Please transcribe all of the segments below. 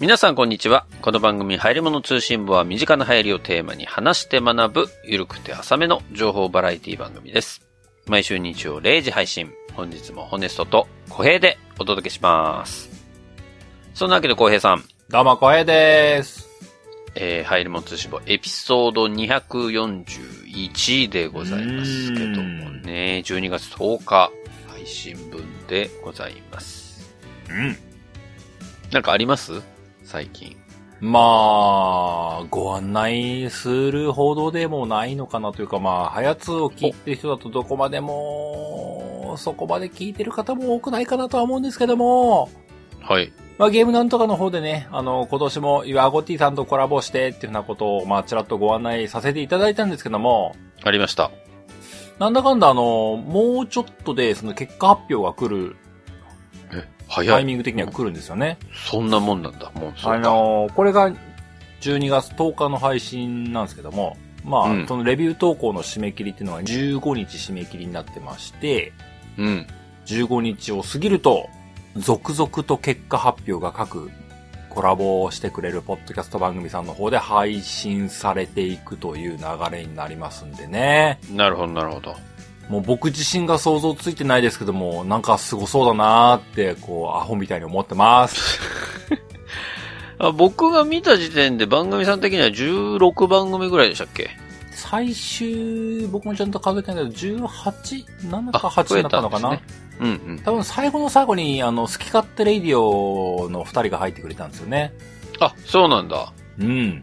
皆さんこんにちは。この番組、入り物通信部は身近な流行りをテーマに話して学ぶ、ゆるくて浅めの情報バラエティ番組です。毎週日曜0時配信。本日もホネストと小平でお届けします。そんなわけで小平さん、どうも、小平です。えー、入り物通信部エピソード241でございますけどもね、12月10日配信分でございます。うん。なんかあります最近。まあ、ご案内するほどでもないのかなというか、まあ、はやつを聞いてる人だとどこまでも、そこまで聞いてる方も多くないかなとは思うんですけども、はい。まあ、ゲームなんとかの方でね、あの、今年も岩ゴティさんとコラボしてっていうふうなことを、まあ、ちらっとご案内させていただいたんですけども、ありました。なんだかんだあの、もうちょっとで、その結果発表が来る、え、タ早イい。ミング的には来るんですよね。そんなもんなんだ、もうそうかあのーこれが12月10日の配信なんですけども、まあ、うんそのレビュー投稿の締め切りっていうのが15日締め切りになってまして、うん。 15日を過ぎると、続々と結果発表が各コラボをしてくれるポッドキャスト番組さんの方で配信されていくという流れになりますんでね。なるほど、なるほど。もう僕自身が想像ついてないですけども、なんか凄そうだなーって、こう、アホみたいに思ってます。あ僕が見た時点で番組さん的には16番組ぐらいでしたっけ最終、僕もちゃんと数えてないけど、18、7か増8えになったのかな、んですねうんうん。多分最後の最後に、あの、好き勝手レイディオの2人が入ってくれたんですよね。あ、そうなんだ。うん。い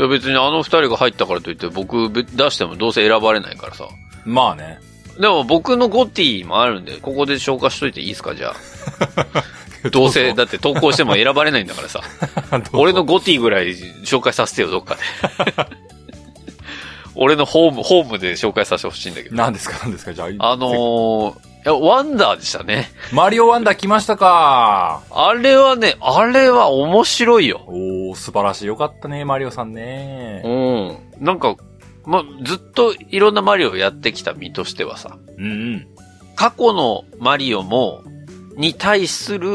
や別にあの二人が入ったからといって僕べ出してもどうせ選ばれないからさ。まあね。でも僕のゴティもあるんで、ここで消化しといていいですかじ ゃあ。 どうせ、だって投稿しても選ばれないんだから さ。俺のゴティぐらい紹介させてよ、どっ かで。俺のホーム、ホームで紹介させてほしいんだけど。何ですか何ですかじゃあ、あのー、いや、ワンダーでしたね。マリオワンダー来ましたかあれはね、あれは面白いよ。おー、素晴らしい。よかったね、マリオさんねう。ん。なんか、ま、ずっといろんなマリオやってきた身としてはさ、うん過去のマリオも、に対する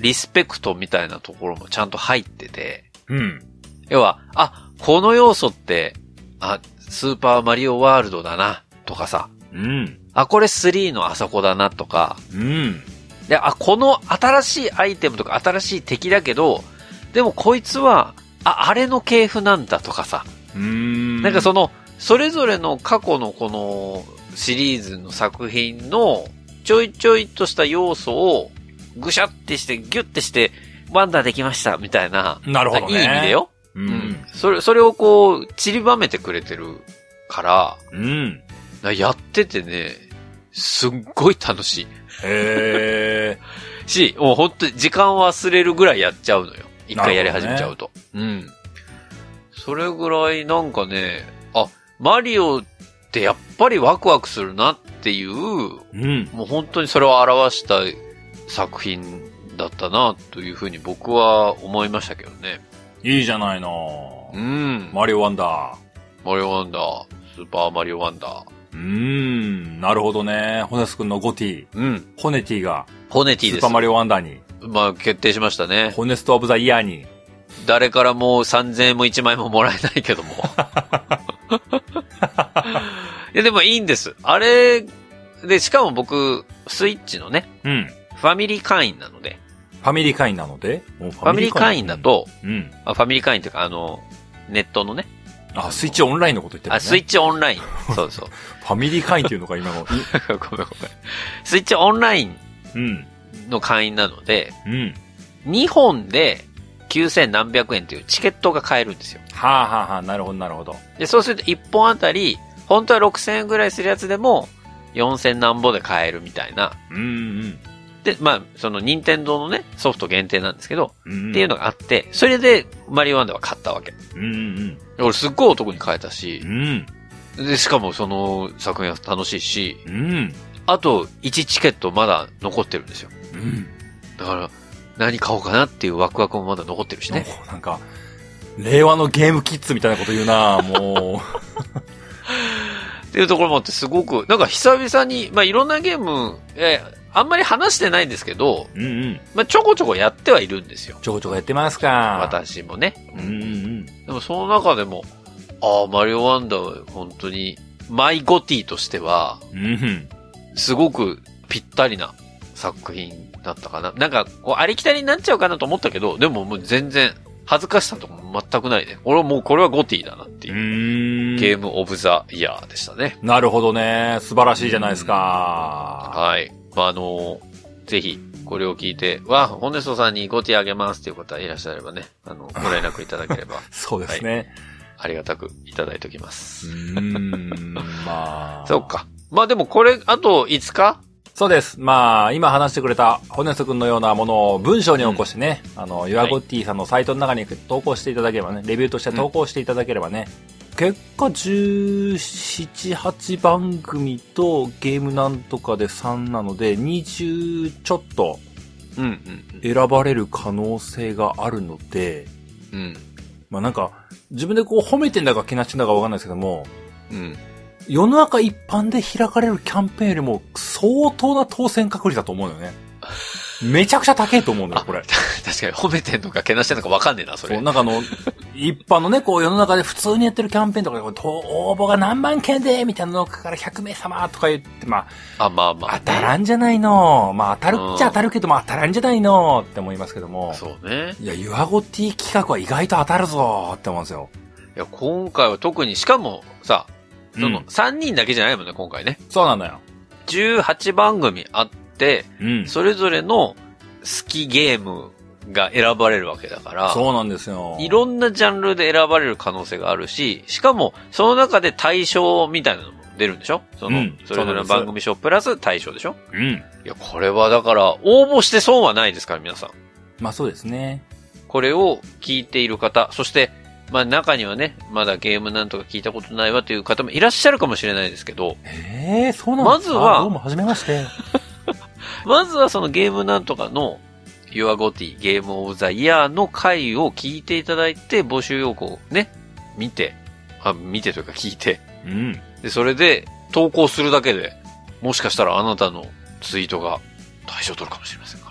リスペクトみたいなところもちゃんと入ってて、うん。うん。要は、あ、この要素って、あ、スーパーマリオワールドだな、とかさ、うん。あ、これ3のあそこだな、とか、うん。で、あ、この新しいアイテムとか新しい敵だけど、でもこいつは、あ、あれの系譜なんだとかさ、うん。なんかその、それぞれの過去のこのシリーズの作品のちょいちょいとした要素をぐしゃってしてギュッてしてワンダーできましたみたいな、なるほどね。いい意味で。よ。ううんん。。それ、それをこう散りばめてくれてるから、うん。なやっててね、すっごい楽しい。へー。し、もう本当に時間忘れるぐらいやっちゃうのよ。一回やり始めちゃうと。うん。それぐらいなんかね、あ、マリオってやっぱりワクワクするなっていう、うん。もう本当にそれを表した作品だったなというふうに僕は思いましたけどね。いいじゃないのう。ん。マリオワンダー。マリオワンダー、スーパーマリオワンダー。うーん、なるほどね。ホネス君のゴティ、うん。ホネティが、ホネテスィでーすパー。マリオワンダーに、まあ決定しましたね。ホネストオブザイヤーに、誰からも3000円も1万円ももらえないけど も。いや、でもいいんです。あれ、で、しかも僕、スイッチのね、うん、ファミリー会員なので、ファミリー会員なので、フファミリー会員だ、と、うん。あファミリー会員というか、あの、ネットのね、あ、スイッチオンラインのこと言ってるね。あ、スイッチオンライン。そう そう。ファミリー会員っていうのが 今の、ごめんごめん。スイッチオンラインうん、の会員なので、うん。 2本で9000何百円というチケットが買えるんですよ。はあはあはあ、なるほどなるほど。で、そうすると1本あたり、本当は6000円ぐらいするやつでも、4000何本で買えるみたいな。うん、うん。で、まあ、その、任天堂のね、ソフト限定なんですけど、うん、っていうのがあって、それで、マリオワンダーは買ったわけ。うんうん俺、すっごいお得に買えたしう、んで、しかもその作品は楽しいし、うんうんあと、1チケットまだ残ってるんですよ。うんだから、何買おうかなっていうワクワクもまだ残ってるしね。おなんか令和のゲームキッズみたいなこと言うなもっていうところもあって、すごく、なんか久々に、まあ、いろんなゲーム、えーあんまり話してないんですけど、 うんうん。まあ、ちょこちょこやってはいるんですよ。ちょこちょこやってますか。。私もね。うんうんでもその中でも、ああ、マリオワンダー、本当に、マイゴティとしては、うん。うんうん。すごくぴったりな作品だったかな。なんか、こう、ありきたりになっちゃうかなと思ったけど、でももう全然、恥ずかしさとかも全くないね。俺はもうこれはゴティだなってういう、ーんゲームオブザイヤーでしたね。なるほどね。素晴らしいじゃないですか。はい。まあ、あのぜひ、これを聞いて、わ、ホネストさんにゴティあげますっていう方いらっしゃればね、あの、ご連絡いただけれ ば、そうですね。ありがたくいただいておきまうす。ーん、まあ。 そう。か。まあでもこれ、あと5日そうです。まあ、今話してくれた、骨くんのようなものを文章に起こしてね、あの、ユアゴッティさんのサイトの中に投稿していただければね、レビューとして投稿していただければね、結果17、8番組とゲームなんとかで3なので、20ちょっとうんうん選ばれる可能性があるので、うん。まあなんか、自分でこう褒めてんだか気なしてんだかわかんないですけども、うん。世の中一般で開かれるキャンペーンよりも相当な当選確率だと思うのよね。めちゃくちゃ高いと思うのよ、これ。確かに褒めてんのかけなしてんのかわかんねえな、それ。そうなんかあの、一般のね、こう世の中で普通にやってるキャンペーンとかで、こうと応募が何万件で、みたいなのから100名様とか言って、まあ、まあまあ、あ。当たらんじゃないの。まあ当たるっちゃ当たるけど、まあ当たらんじゃないのって思いますけども。そうね。いや、ユアゴティ企画は意外と当たるぞって思うんですよ。いや、今回は特に、しかもさ、その、うん3人だけじゃないもんね、今回ね。そうなのよ。 18番組あって、うん。それぞれの好きゲームが選ばれるわけだから、そうなんですよ。いろんなジャンルで選ばれる可能性があるし、しかも、その中で対象みたいなのも出るんでしょその、うんそれぞれそうなのんです番組賞プラス対象でしょうん。いや、これはだから、応募して損はないですから、皆さん。まあそうですね。これを聞いている方、そして、まあ中にはね、まだゲームなんとか聞いたことないわという方もいらっしゃるかもしれないですけど、ええそうなんまずはあどうも、はじめまして。まずはそのゲームなんとかの Your Gotti ゲームオブザイヤーの回を聞いていただいて、募集要項をね、見て、あ、見てというか聞いて、うん。で、それで投稿するだけで、もしかしたらあなたのツイートが対象取るかもしれませんか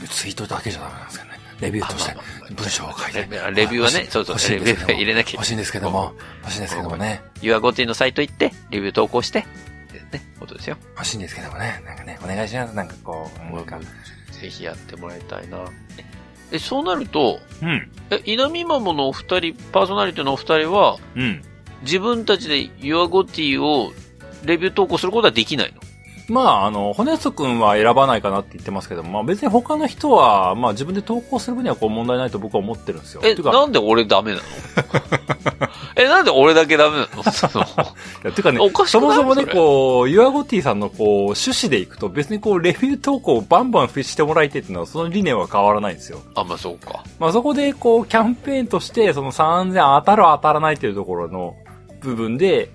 ら。ツイートだけじゃダメなんですけどね。レビューとしてあまあまあまあ、文章を書いて。レレビューはね欲しいそうそう欲しいんですけレビどもューは入れなきゃ欲しいんですけども、欲しいんですけどもね。 Your Gotti のサイト行って、レビュー投稿して、ってね、ことですよ。欲しいんですけどもね。なんかね、お願いします。なんかこう、なんか。ぜひやってもらいたいな。え、そうなると、うん。え、稲見マモのお二人、パーソナリティのお二人は、うん。自分たちで Your Gotti をレビュー投稿することはできないのまあ、あの、骨つくんは選ばないかなって言ってますけども、まあ別に他の人は、まあ自分で投稿する分にはこう問題ないと僕は思ってるんですよ。え、てか、なんで俺ダメ なのえ、なんで俺だけダメなのそのいやてかね、おかしくそないもそもね、それこう、ユアゴティさんのこう、趣旨でいくと、別にこう、レビュー投稿をバンバンしてもらいたいっていうのは、その理念は変わらないんですよ。あ、まあそうか。まあ、そこで、こう、キャンペーンとして、その3000当たる当たらないっていうところの部分で、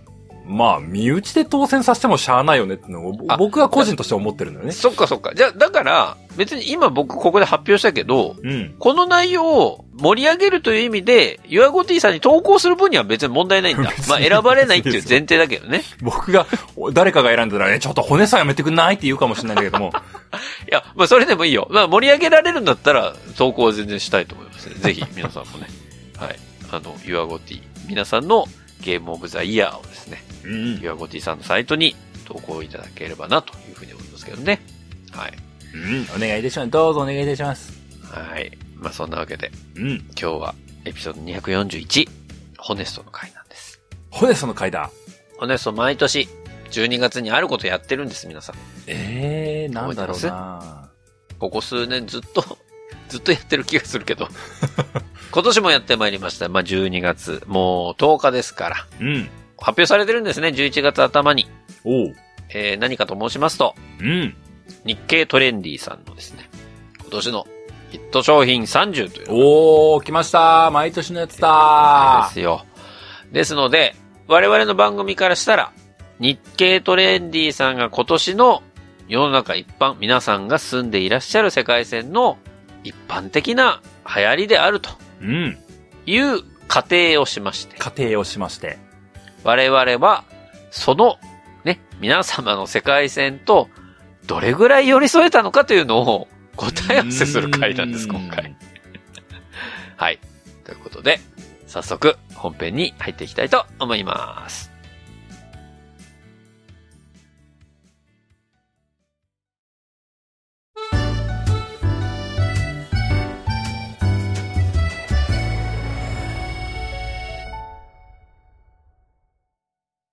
まあ、身内で当選させてもしゃあないよねっていうのをぼあ、僕は個人として思ってるんだよね。そっかそっか。じゃあ、だから、別に今僕ここで発表したけど、うん。この内容を盛り上げるという意味で、Your Gotti さんに投稿する分には 別に問題ないんだ。まあ選ばれないっていう前提だけどね。僕が、お誰かが選んだら、え、ちょっと骨さやめてくんないって言うかもしれないんだけども、いや、まあ、それでもいいよ。まあ、盛り上げられるんだったら、投稿は全然したいと思い ますね。ぜひ、皆さんもね。はい。あの、ユアゴティ、皆さんのゲームオブザイヤーをですね、うん。ユアゴティさんのサイトに投稿いただければな、というふうに思いますけどね。はい。お願いいたします。どうぞお願いいたします。はい。まあ、そんなわけで、うん。今日は、エピソード241、ホネストの回なんです。骨その回だ。ホネスト毎年、12月にあることやってるんです、皆さん。ええー、なんだろうなここ数年ずっと、 ずっとやってる気がするけど。今年もやってまいりました。まあ、12月、もう10日ですから。うん。発表されてるんですね、11月頭に。おう。えー何かと申しますと、うん。日経トレンディさんのですね、今年のヒット商品30というのがおー、来ました毎年のやつあるんだですよ。ですので、我々の番組からしたら、日経トレンディさんが今年の世の中一般、皆さんが住んでいらっしゃる世界線の一般的な流行りであるとうん。いう仮定をしまして、仮定をしまして。我々は、その、ね、皆様の世界線とどれぐらい寄り添えたのかというのを答え合わせする回なんです、今回。。はい。ということで、早速本編に入っていきたいと思います。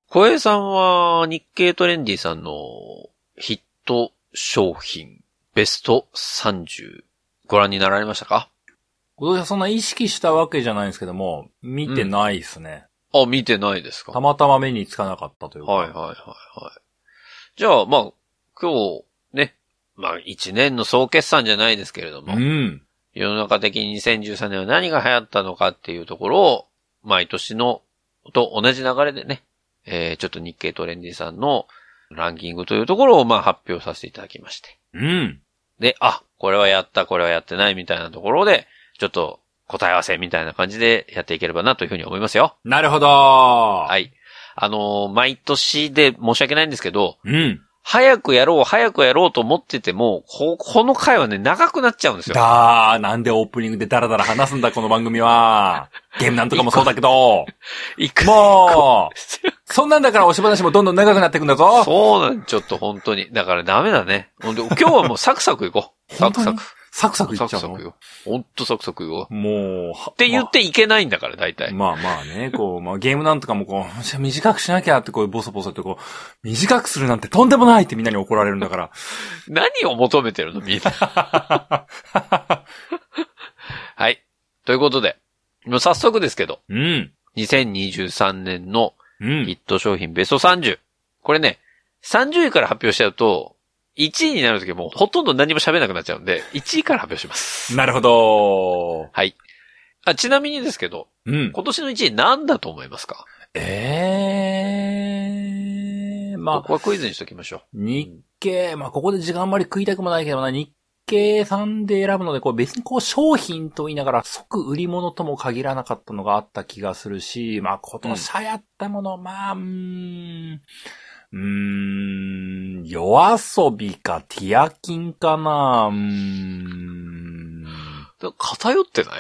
小江さんは日経トレンディさんのヒット商品ベスト30ご覧になられましたか今年はそんな意識したわけじゃないんですけども、見てないですね。あ、見てないですかたまたま目につかなかったというか。はいはいはいはい。じゃあ、まあ、今日ね、まあ一年の総決算じゃないですけれどもう、ん。世の中的に2013年は何が流行ったのかっていうところを、毎年のと同じ流れでね、えー、ちょっと日経トレンディさんのランキングというところをまあ発表させていただきまして。うん。で、あ、これはやった、これはやってないみたいなところで、ちょっと答え合わせみたいな感じでやっていければなというふうに思いますよ。なるほどは。はいい。あのー毎年で申し訳ないんですけど、うん。早くやろう、早くやろうと思ってても、こ、この回はね、長くなっちゃうんですよ。だー、なんでオープニングでダラダラ話すんだ、この番組 は。ゲームなんとかもそうだけど。一回。もう、そんなんだからおし話もどんどん長くなっていくんだぞ。そうなん、ちょっと本当に。だからダメだね。ほんで、今日はもうサクサクいこう。サ本ク当サにク。サクサクいっサちクゃうサのクよ。ほんとサクサクいこう。もう、はって言っていけないんだから、大体。まあまあね、こう、まあゲームなんとかもこう、 じゃあ短くしなきゃってこう、ボソボソってこう、短くするなんてとんでもないってみんなに怒られるんだから。何を求めてるの、みん な。はい。ということで、もう早速ですけど、うん。 2023年のうヒッん。ト商品ベスト30。これね、30位から発表しちゃうと、1位になるときもうほとんど何も喋んなくなっちゃうんで、1位から発表します。なるほど。はい。あ、ちなみにですけど、うん。今年の1位何だと思いますかええー、こまあ、こはクイズにしときましょ日経、まあここで時間あんまり食いたくもないけどな、日経さんで選ぶので、こう別にこう商品と言いながら即売り物とも限らなかったのがあった気がするし、まあ今年流行ったもの、まあ、うーん、うーん、夜遊びか、ティアキンかな、うーん、う。偏ってない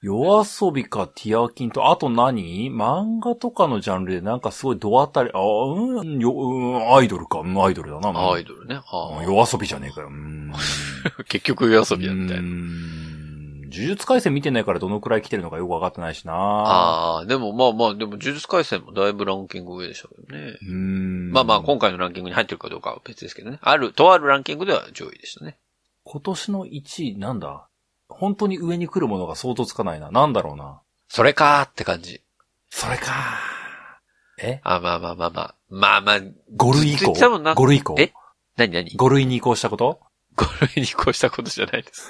夜遊びか、ティアキンと、あと何漫画とかのジャンルでなんかすごいド当たり、あうん、よ、うん、アイドルか、うん、アイドルだな。アイドルね。あうん夜遊びじゃねえかよ。うーんあ結局夜遊びやみたうーいな。ん呪術回戦見てないからどのくらい来てるのかよくわかってないしなああ、でもまあまあ、でも呪術回戦もだいぶランキング上でしたけどね。うーんまあまあ、今回のランキングに入ってるかどうかは別ですけどね。ある、とあるランキングでは上位でしたね。今年の1位、なんだ本当に上に来るものが相当つかないな。なんだろうな。それかーって感じ。それかえあ、まあまあまあまあ。まあまあ、 ?5 類以ずっと言降ってたもんな ?5 類以降え何何 ?5 類に移行したこと5類に移行したことじゃないです。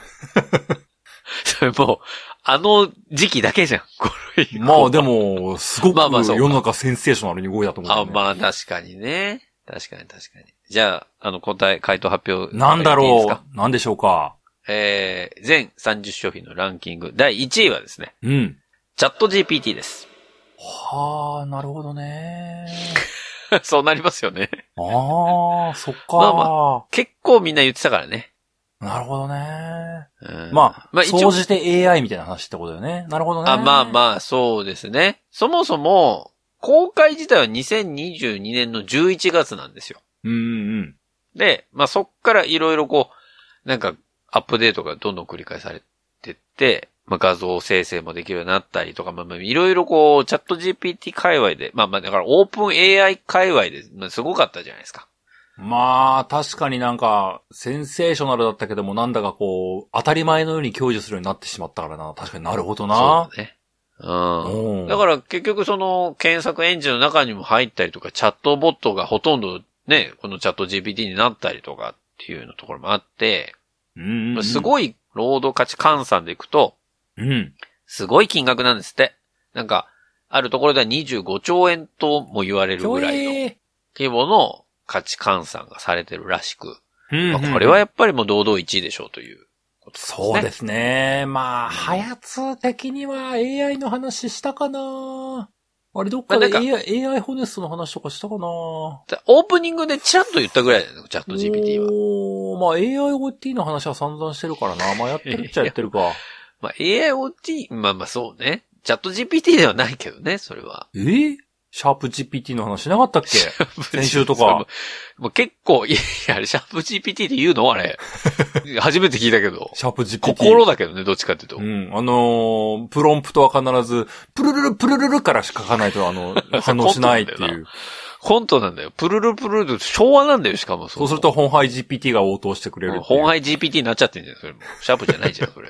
それもう、あの時期だけじゃん、5類に移行まあでも、すごくまあまあそうか世の中センセーショナルに動いたと思う、あ、あ。まあ確かにね。確かに確かに。じゃあ、あの答え、回答発表。なんだいいですろかうなんでしょうかえー、全30商品のランキング、第1位はですね、うん。チャット GPT です。 はあ、なるほどね。そうなりますよね。ああ、そっか、まあ結構みんな言ってたからね。なるほどね。うんまあ、まあ一総応、じて AI みたいな話ってことだよね。なるほどね。あ、まあまあ、そうですね。そもそも、公開自体は2022年の11月なんですよ。うんうんで、まあそっからいろいろこう、なんかアップデートがどんどん繰り返されてって、まあ画像生成もできるようになったりとか、まあまあいろいろこう、チャット GPT 界隈で、まあまあだからオープン AI 界隈で、まあすごかったじゃないですか。うん。まあ、確かになんか、センセーショナルだったけども、なんだかこう、当たり前のように享受するようになってしまったからな。確かになるほどなそ。うだね。うん。うんだから結局その検索エンジンの中にも入ったりとか、チャットボットがほとんどね、このチャット GPT になったりとかっていうのところもあって、うんうんうまあん。すごい労働価値換算でいくと、うん。すごい金額なんですって。なんか、あるところでは25兆円とも言われるぐらいのえ規模の価値換算がされてるらしく、うんまうんあこれはやっぱりもう堂々1位でしょうということですね。そうですね。まあ、はやつ的には AI の話したかな。あれどっかでまあ AI, AI ホネストの話とかしたかなオープニングでチラッと言ったぐらいだよ、チャット GPT は。おーまあ AIOT の話は散々してるからな。まあやってるっちゃやってる か。まあ、AIOT、まあまあそうね。チャット GPT ではないけどね、それは。えーシャープ GPT の話しなかったっ け先週とか。もう結構、い や、あれ、シャープ GPT で言うのあ れ。初めて聞いたけど。シャープ GPT。心だけどね、どっちかっていうと。うん。あのープロンプトは必ず、プルルルプルルルからしか書かないと、あの、反応しないってコントなんだいよう。コントなんだよ。プルルプルル、昭和なんだよ、しかもそうすると、本配 GPT が応答してくれるっていう。本愛 GPT になっちゃってんじゃん、それも。シャープじゃないじゃん、 それ。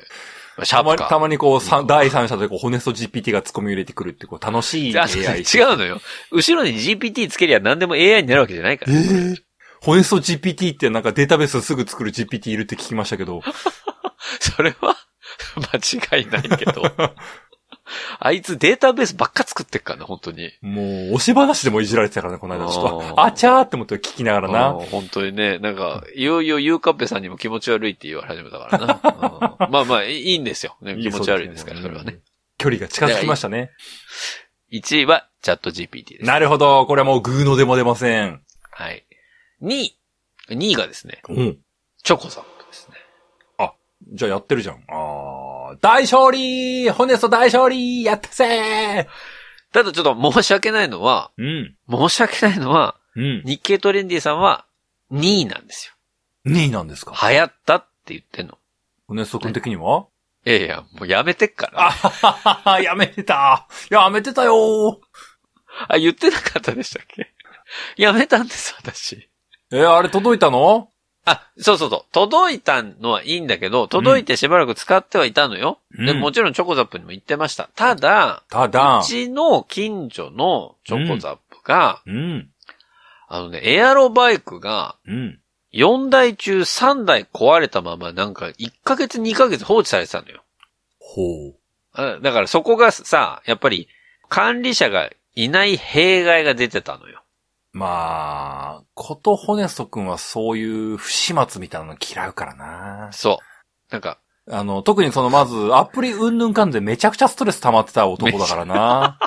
まあシャたーまプに、たか。まにこう、さ第三者でこう、ホネスト GPT が突っ込み入れてくるって、こう、楽しいあ AI。違うのよ。後ろに GPT つけりゃ何でも AI になるわけじゃないかえらね。ーホネスト GPT ってなんかデータベースすぐ作る GPT いるって聞きましたけど、それは、 間違いないけど。 あいつデータベースばっか作ってっからね、本当に。もう、押し話でもいじられてたからね、この間。ちょっと、あーあちゃーって思って聞きながらうな。ん本当にね、なんか、いよいよゆうかっぺさんにも気持ち悪いって言われ始めたからな。うんまあまあ、いいんですよ。ね気持ち悪いですから、それはね。。距離が近づきましたね。 1位はチャット GPT です。なるほど。これはもうグーの出も出ません。はい。2位。2位がですね、うん。チョコさんですね。じゃあやってるじゃん。あー大勝利ホネスト大勝利やったぜーただちょっと申し訳ないのは、うん。申し訳ないのは、うん。日経トレンディさんは2位なんですよ。 2位なんですか流行ったって言ってんの。ホネスト君的にはいやいや、もうやめてっから。ああ、ははははやめてたやめてたよ言ってなかったでしたっけやめたんです、私。ーえーあれ届いたのあ、そうそうそう。届いたのはいいんだけど、届いてしばらく使ってはいたのよ。うんでもちろんチョコザップにも行ってました。ただ、たうだ、ちの近所のチョコザップが、うん。あのね、エアロバイクがうん。 4台中3台壊れたままなんか1ヶ月2ヶ月放置されてたのよ。ほう。あだからそこがさ、やっぱり管理者がいない弊害が出てたのよ。まあ、ことホネスト君はそういう不始末みたいなの嫌うからなそう。なんか、あの、特にそのまず、アプリうんぬんかんでめちゃくちゃストレス溜まってた男だか らな。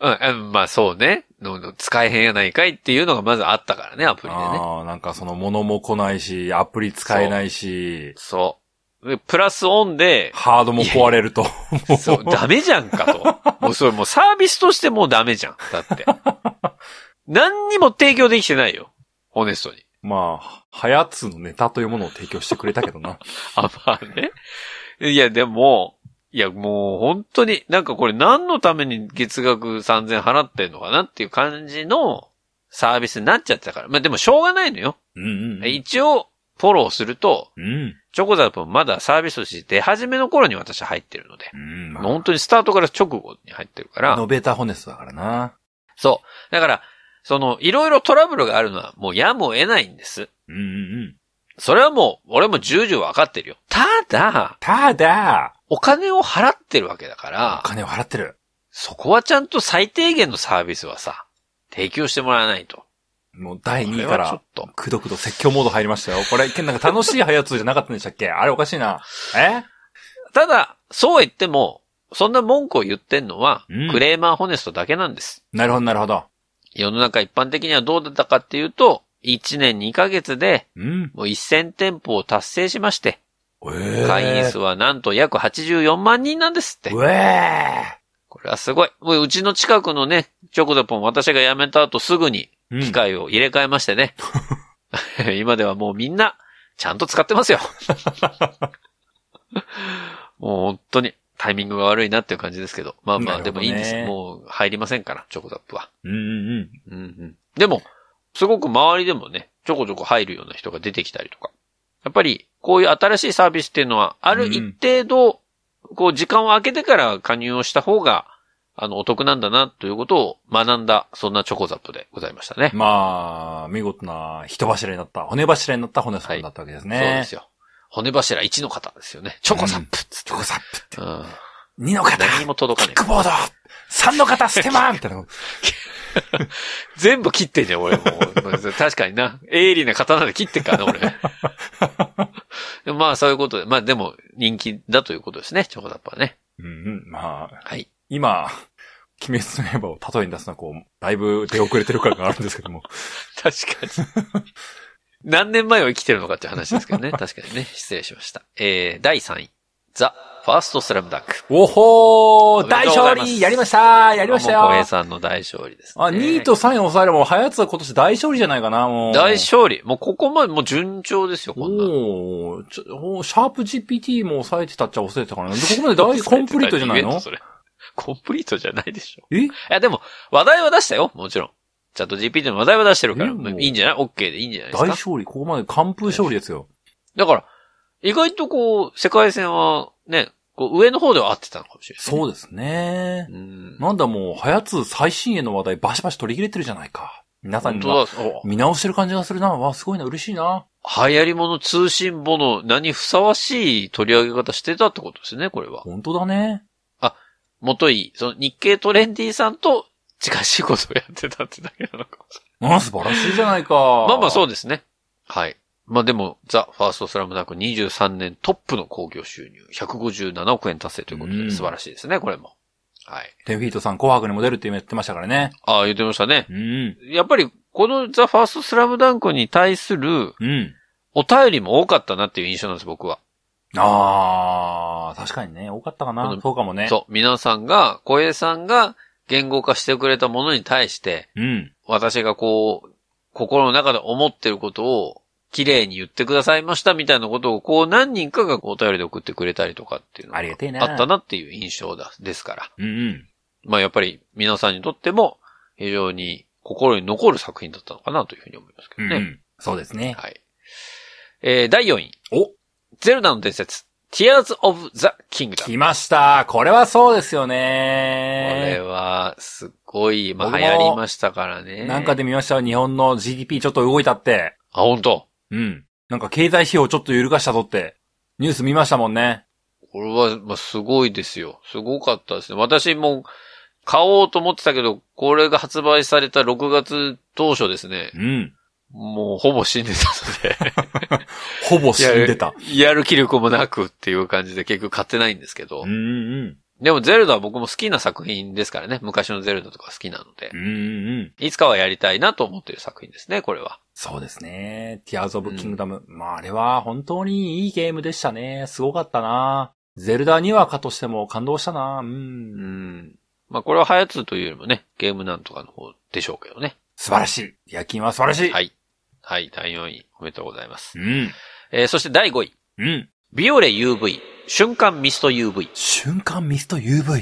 うんうん、まあそうね。のの使えへんやないかいっていうのがまずあったからね、アプリでね。ああ、なんかその物も来ないし、アプリ使えないし、そう。でプラスオン で、ハードも壊れると。も そう、ダメじゃんかと。もうそれもうサービスとしてもうダメじゃん。だって。何にも提供できてないよ。ホネストに。まあ、ハヤツのネタというものを提供してくれたけどな。あ、まあね。いや、でも、いや、もう本当に、なんかこれ何のために月額3000払ってんのかなっていう感じのサービスになっちゃってたから。まあでもし ょうがないのよ。うんうんうん。一応、フォローすると、うん。チョコザップもまだサービスとして出始めの頃に私入ってるので。うん。まあ本当にスタートから直後に入ってるかイらノ。ベーターホネストだからな。そう。だから、その、いろいろトラブルがあるのはもうやむを得ないんです。うんうんうん。それはもう、俺も重々わかってるよ。ただ、ただ、お金を払ってるわけだからお、金を払ってる。そこはちゃんと最低限のサービスはさ、提供してもらわないと。もう第こ2れ位かはちょっら、と。くどくど説教モード入りましたよ。これ、けんなんか楽しいハヤツじゃなかったんでしたっけあれおかしいな。えただ、そう言っても、そんな文句を言ってんのは、うんクレーマーホネストだけなんです。なるほどなるほど。世の中一般的にはどうだったかっていうと、1年2ヶ月で、うん。もう1000店舗を達成しまして、ええ。会員数はなんと約84万人なんですってう。えこれはすごい。もううちの近くのね、チョコザポン私が辞めた後すぐにえ。うん機械を入れ替えましてね。 今ではもうみんな、ちゃんと使って ますよ。もう本当にタイミングが悪いなっていう感じですけど。まあまあ、なでるもほどいねいんです。もう入りませんから、チョコザップは。うんうんうん。うんうん、でも、すごく周りでもね、ちょこちょこ入るような人が出てきたりとか。やっぱり、こういう新しいサービスっていうのは、ある一定度、こう時間を空けてから加入をした方が、あの、お得なんだな、ということを学んだ、そんなチョコザップでございましたね。まあ、見事な人柱になった、骨柱になった骨さんだったわけですね。そうですよ。骨柱1の方ですよね。チョコザップっつってチョコザッうんプ !2 の方何にも届かねキッえク。ボード !3 の方ステマみたいな。全部切ってんじゃん、俺も う。まあ確かにな。鋭利な刀で切ってっからな、 俺。でもまあ、そういうことで。まあ、でも、人気だということですね、チョコザップはね。うんうん。まあ、はい。今、鬼滅の刃を例えに出すのはこう、だいぶ出遅れてる感があるんですけども。確かに。 何年前を生きてるのかっていう話ですけ どね。確かにね。失礼しました。えー、第3位。ザ・ファーストスラムダンク。おほ おーめで大とうござい勝ます利やりましたやりましたよ小平さんの大勝利です、ね。あ、2位と3位抑えれば、はやつは今年大勝利じゃないかな、もう。大勝利。もうここまで、もう順調ですよ、こんなの。おーちょおーシャープ GPT も抑えてたっちゃ抑えてたからね。でここまで大コンプリートじゃない言えんののそれコンプリートじゃないでしょ。えいや、でも、話題は出したよ、もちろん。チャット GPT の話題は出してるから、えもういいんじゃない ?OK でいいんじゃないですか。大勝利、ここまで完封勝利ですよ。だから、意外とこう、世界戦は、ね、こう上の方では合ってたのかもしれない。そうですね。うん。なんだもう、はやつ最新鋭の話題バシバシ取り入れてるじゃないか。皆さん本には当だ、お見直してる感じがするな。わ、すごいな、嬉しいな。流行り物通信簿の何ふさわしい取り上げ方してたってことですね、これは。本当だね。もとい、その日経トレンディさんと近しいことをやってたってだけなのかもしれうん、素晴らしいじゃないか。。ない。まあまあそううですね。はい。まあでも、ザ・ファーストスラムダンク23年トップの興行収入、157億円達成ということうでん素晴らしいですね、これも。はい。テンフィートさん、紅白にも出るって今言ってましたからね。ああ、言ってましたね。うん。やっぱり、このザ・ファーストスラムダンクに対するうん。お便りも多かったなっていう印象なんです、僕は。あー、確かにね、多かったかこな。のそうかもね。そう、皆さんが、小江さんが言語化してくれたものに対して、う。うん。私がこう、心の中で思ってることを、綺麗に言ってくださいましたみたいなことを、こう何人かがお便りで送ってくれたりとかっていうのがありがてえな。あった。なっていう印象だ、ですから。うんうん。まあやっぱり皆さんにとっても、非常に心に残る作品だったのかなというふうに思いますけうどんね。うん。そうですね。はい。えー、第4位。おゼルダの伝説、Tears of the Kingdom。来ました。これはそうですよこれね。は、すごい、まあ、僕も流行りましたからね。なんかで見ましたよ。日本の GDP ちょっと動いたって。あ、本当うん。なんか経済指標ちょっと揺るがしたぞって。ニュース見ましたもんね。これは、まあ、すごいですよ。すごかったですね。私も、買おうと思ってたけど、これが発売された6月当初ですねう。ん。もう、ほぼ死んで たのほぼ死んでた。で、やる気力もなくっていう感じで結局買ってないんですけどうん。うんでも、ゼルダは僕も好きな作品ですからね。昔のゼルダとか好きなのでうん。う。んうん。いつかはやりたいなと思ってる作品ですね、これは。そうですね。ティアーズ・オブ・キングダム。まああれは本当にいいゲームでしたね。すごかったな。ゼルダにはかとしても感動したな。うんう。ん。まあ、これはハヤツーというよりもね、ゲームなんとかの方でしょうけどね。素晴らしい。夜勤は素晴らしい。はい。はい、第4位、おめでとうございますう。ん。えー、そして第5位、うん。ビオレ UV、瞬間ミスト UV。瞬間ミスト UV。うー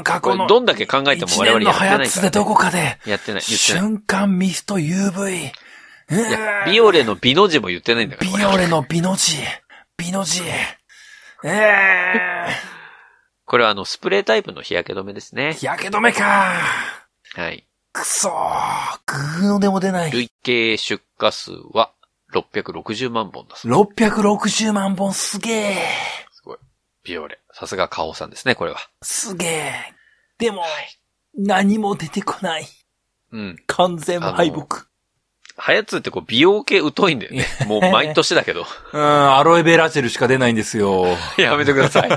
ん。過こ去れのどんだけ考えても一我年々やのって早ないつかでら、どね。こかで、やってない、言ってない。瞬間ミスト UV。ういやーんビオレの美の字も言ってないんだから。ビオレの美の字。美の字。えこれはあの、スプレータイプの日焼け止めですー、ね。日焼け止めか。はい。くそー。グーのでも出ない。累計出荷数は660万本だそう。 660万本すげえ。ビオレ。さすがカオさんですね、これは。すげえ。でも、何も出てこない。うん。完全敗北。ハヤツーってこう、美容系疎いんだよね。もう毎年だけど。 うん、アロエベラチェルしか出ないんですよ。やめてください。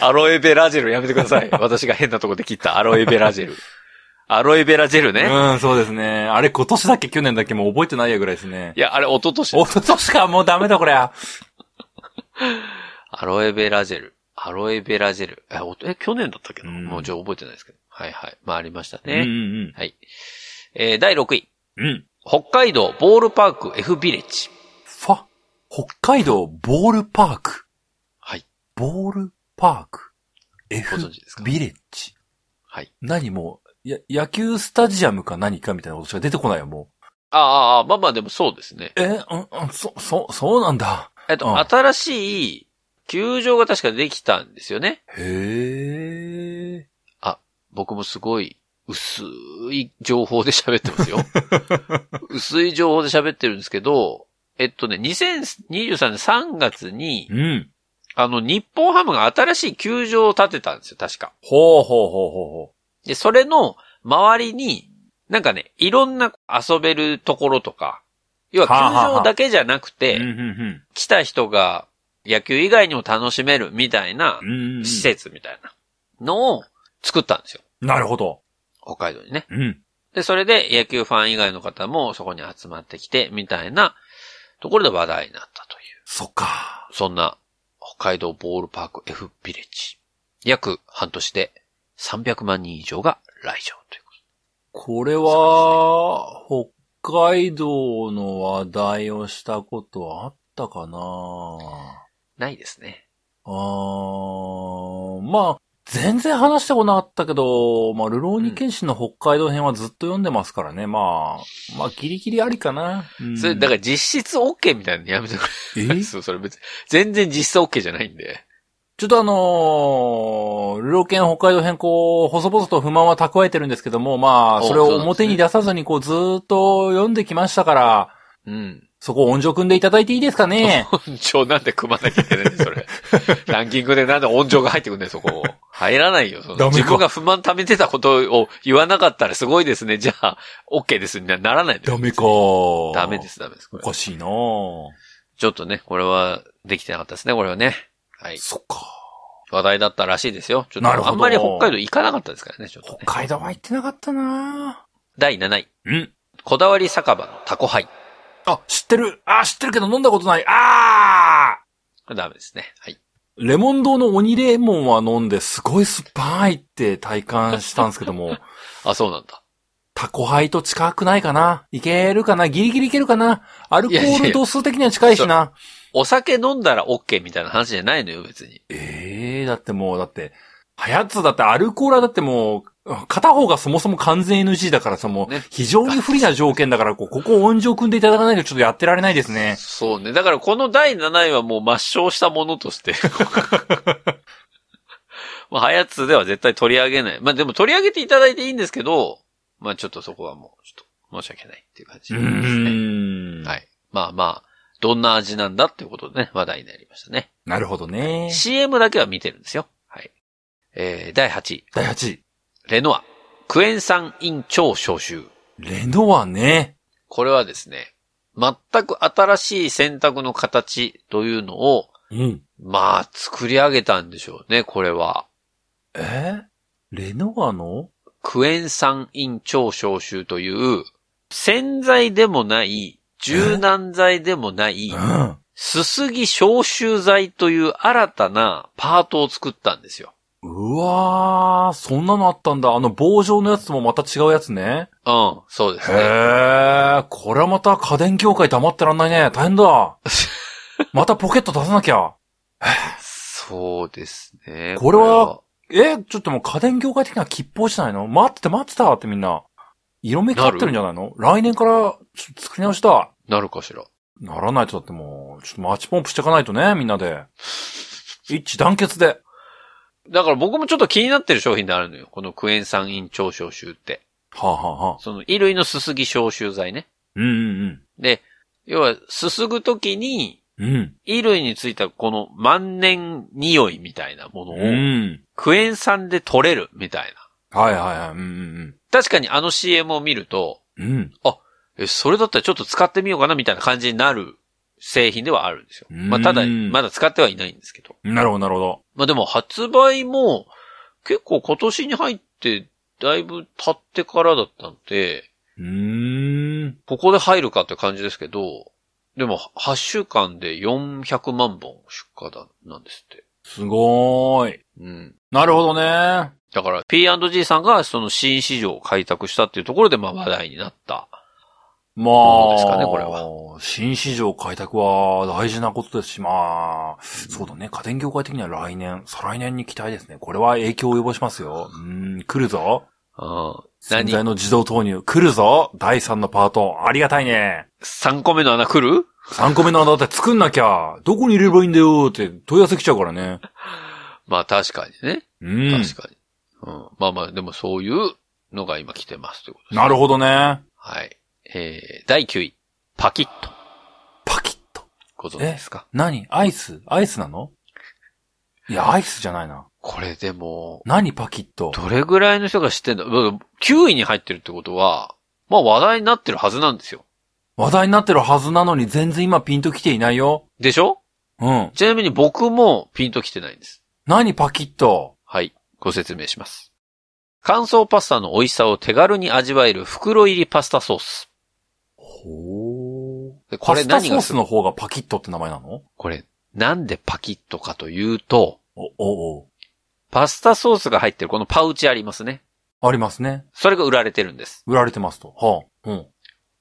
アロエベラジェルやめてください。私が変なとこで切ったアロエベラジ ェル。アロエベラジェルね。うん、そうですね。あれ今年だっけ去年だっけもう覚えてないやぐらいですねい。や、あれ、一昨年おととしかもうダメだこれ。アロエベラジェル。アロエベラジェル。え、おとえ去年だったっけど、うんもうじゃあ覚えてないですけど。はいはい。まあ、ありましたうんね。うんはい。えー第6位。うん。うん。北海道ボールパーク F ビレッジ。ファ、北海道ボールパーク。はい。ボールパーク。F ご存知ですかビレッジ。はい。何もう、や、野球スタジアムか何かみたいなことしか出てこないよ、もああああ、まあまあでもそうですね。う。え、うん、うん、そ、そ、そうなんだ。えっと、うん新しい球場が確かできたんですよね。へえ。僕もすごい薄い情報で喋って ますよ。薄い情報で喋ってるんですけど、えっとね、2023年3月にう、ん。あの、日本ハムが新しい球場を建てたんですよ、確か。ほうほうほうほうほで、それの周りに、なんかね、いろんな遊べるところとか、要ははあはあ球は場あだけじゃなくて、う。うん、うん、うん。来た人が野球以外にも楽しめるみたいなうん施設みたいなのを作ったんですよ。なるほど。北海道にね。うん。で、それで野球ファン以外の方もそこに集まってきて、みたいなところで話題になったという。そっか。そんな北海道ボールパーク F ビレッジ。約半年で300万人以上が来場というここれは、北海道の話題をしたことはあったかなと。ないですね。あー、まあ、全然話したことなかったけど、まあ、ルローニケンシンの北海道編はずっと読んでますからね。まあ、まあ、ギリギリありかな。うんそれ、だから実質 OK みたいなのやめてくれない えそう、それ別に。全然実質 OK じゃないんで。ちょっとあのー、ルロケン北海道編、こう、細々と不満は蓄えてるんですけども、まあ、おそれをそうなんですね表に出さずに、こう、ずーっと読んできましたから、うん。そこを音情組んでいただいていいですかね音情なんで組まなきゃいけないんだよそれ。 ランキングでなんで音情が入ってくんだよ、そこ。入らないよ。そのダメか自分が不満溜めてたことを言わなかったらすごいですね。じゃあ、OK です。みたいにならないんだよメかダメで。す、ダメです。こおれかしいなぁちょっとね、これはできてなかったですね、これはね。はい。そっか。話題だったらしいですよ。ちょっとなるほどあんまり北海道行かなかったですからね、ちょっと、北ね。海道は行ってなかったな第7位。ぁうん。こだわり酒場のタコハイ。あ、知ってる。あ、知ってるけど飲んだことない。あこれダメですね。はい。ーレモン堂の鬼レモンは飲んで、すごい酸っぱいって体感したんですけど も、あ、そうなんだ。タコハイと近くないかないけるかなギリギリいけるかなアルコール度数的には近いしな。お酒飲んだら OK みたいな話じゃないのよ、別に。ええだってもう、だって、はやつだってアルコールはだってもう、片方がそもそも完全 NG だからさ、もうね、非常に不利な条件だから、こうここを温情組んでいただかないとちょっとやってられないですね。そうね。だからこの第7位はもう抹消したものとして。 まあ、はやつでは絶対取り上げない。まあでも取り上げていただいていいんですけど、まあちょっとそこはもう、ちょっと申し訳ないっていう感じうですね。ーん。はい。まあまあ、どんな味なんだっていうことでね、話題になりましたね。なるほどね。 CM だけは見てるんですよ。はい。えー、第8位。第8位。レノア。クエン酸院長招集。レノアね。これはですね、全く新しい選択の形というのを、うん。まあ、作り上げたんでしょうね、これは。えレノアのクエン酸院長消臭という、洗剤でもない、柔軟剤でもない、ん。すすぎ消臭剤という新たなパートを作ったんですよ。うわー、そんなのあったんだ。あの棒状のやつともまた違うやつね。うん、そうですへね。ー、これはまた家電業界黙ってらんないね。大変だ。 またポケット出さなきゃ。そうですね。これは、え、ちょっともう家電業界的には吉報じゃないの待ってて待ってたってみんな。色めき合ってるんじゃないの来年からちょっと作り直した。なるかしら。ならないとだってもう、ちょっとマッチポンプしていかないとね、みんなで。一致団結で。だから僕もちょっと気になってる商品であるのよ。このクエン酸イン超消臭って。はあ、はあはあ、その衣類のすすぎ消臭剤ね。うんうんで、要は、すすぐときに、うん。うん。衣類についたこの万年匂いみたいなものうを、ん。クエン酸で取れるみたいな。はいはいはい。うんうん確かにあの CM を見ると、うん。うん。え、それだったらちょっと使ってみようかなみたいな感じになる製品ではあるんですよ。まあ、ただ、うんまだ使ってはいないんですけど。なるほどなるほど。まあでも発売も結構今年に入ってだいぶ経ってからだったので、うーん。ここで入るかって感じですけど、でも8週間で400万本出荷だ、なんですって。すごーい。うん。なるほどね。だから P&G さんがその新市場を開拓したっていうところでまあ話題になった。まどうあ、ですかねこれは新市場開拓は大事なことですし、まあ、そうだね。家電業界的には来年、再来年に期待ですね。これは影響を及ぼしますよ。うーん、来るぞ。うん。洗何剤の自動投入、来るぞ。第3のパート、ありがたいね。 ?3 個目の穴来る3個目の穴だって作んなきゃ、どこに入れればいいんだよって問い合わせ来ちゃうからね。まあ確かにね。うん。確かに。うん。まあまあ、でもそういうのが今来てますということです。なるほどね。はい。えー、第9位。パキッと。パキッと。ご存知ですか何アイスアイスなのいや、アイスじゃないな。これでも、何パキッと。どれぐらいの人が知ってんだ ?9 位に入ってるってことは、まあ話題になってるはずなんですよ。話題になってるはずなのに全然今ピンと来ていないよ。でしょうん。ちなみに僕もピンと来てないんです。何パキッと。はい。ご説明します。乾燥パスタの美味しさを手軽に味わえる袋入りパスタソース。ほー。でこパれスタ何ソーがスすの方がパキッとって名前なのこれ、なんでパキッとかというと、お、お、お。パスタソースが入ってるこのパウチありますね。ありますね。それが売られてるんです。売られてますと。はあ。うん。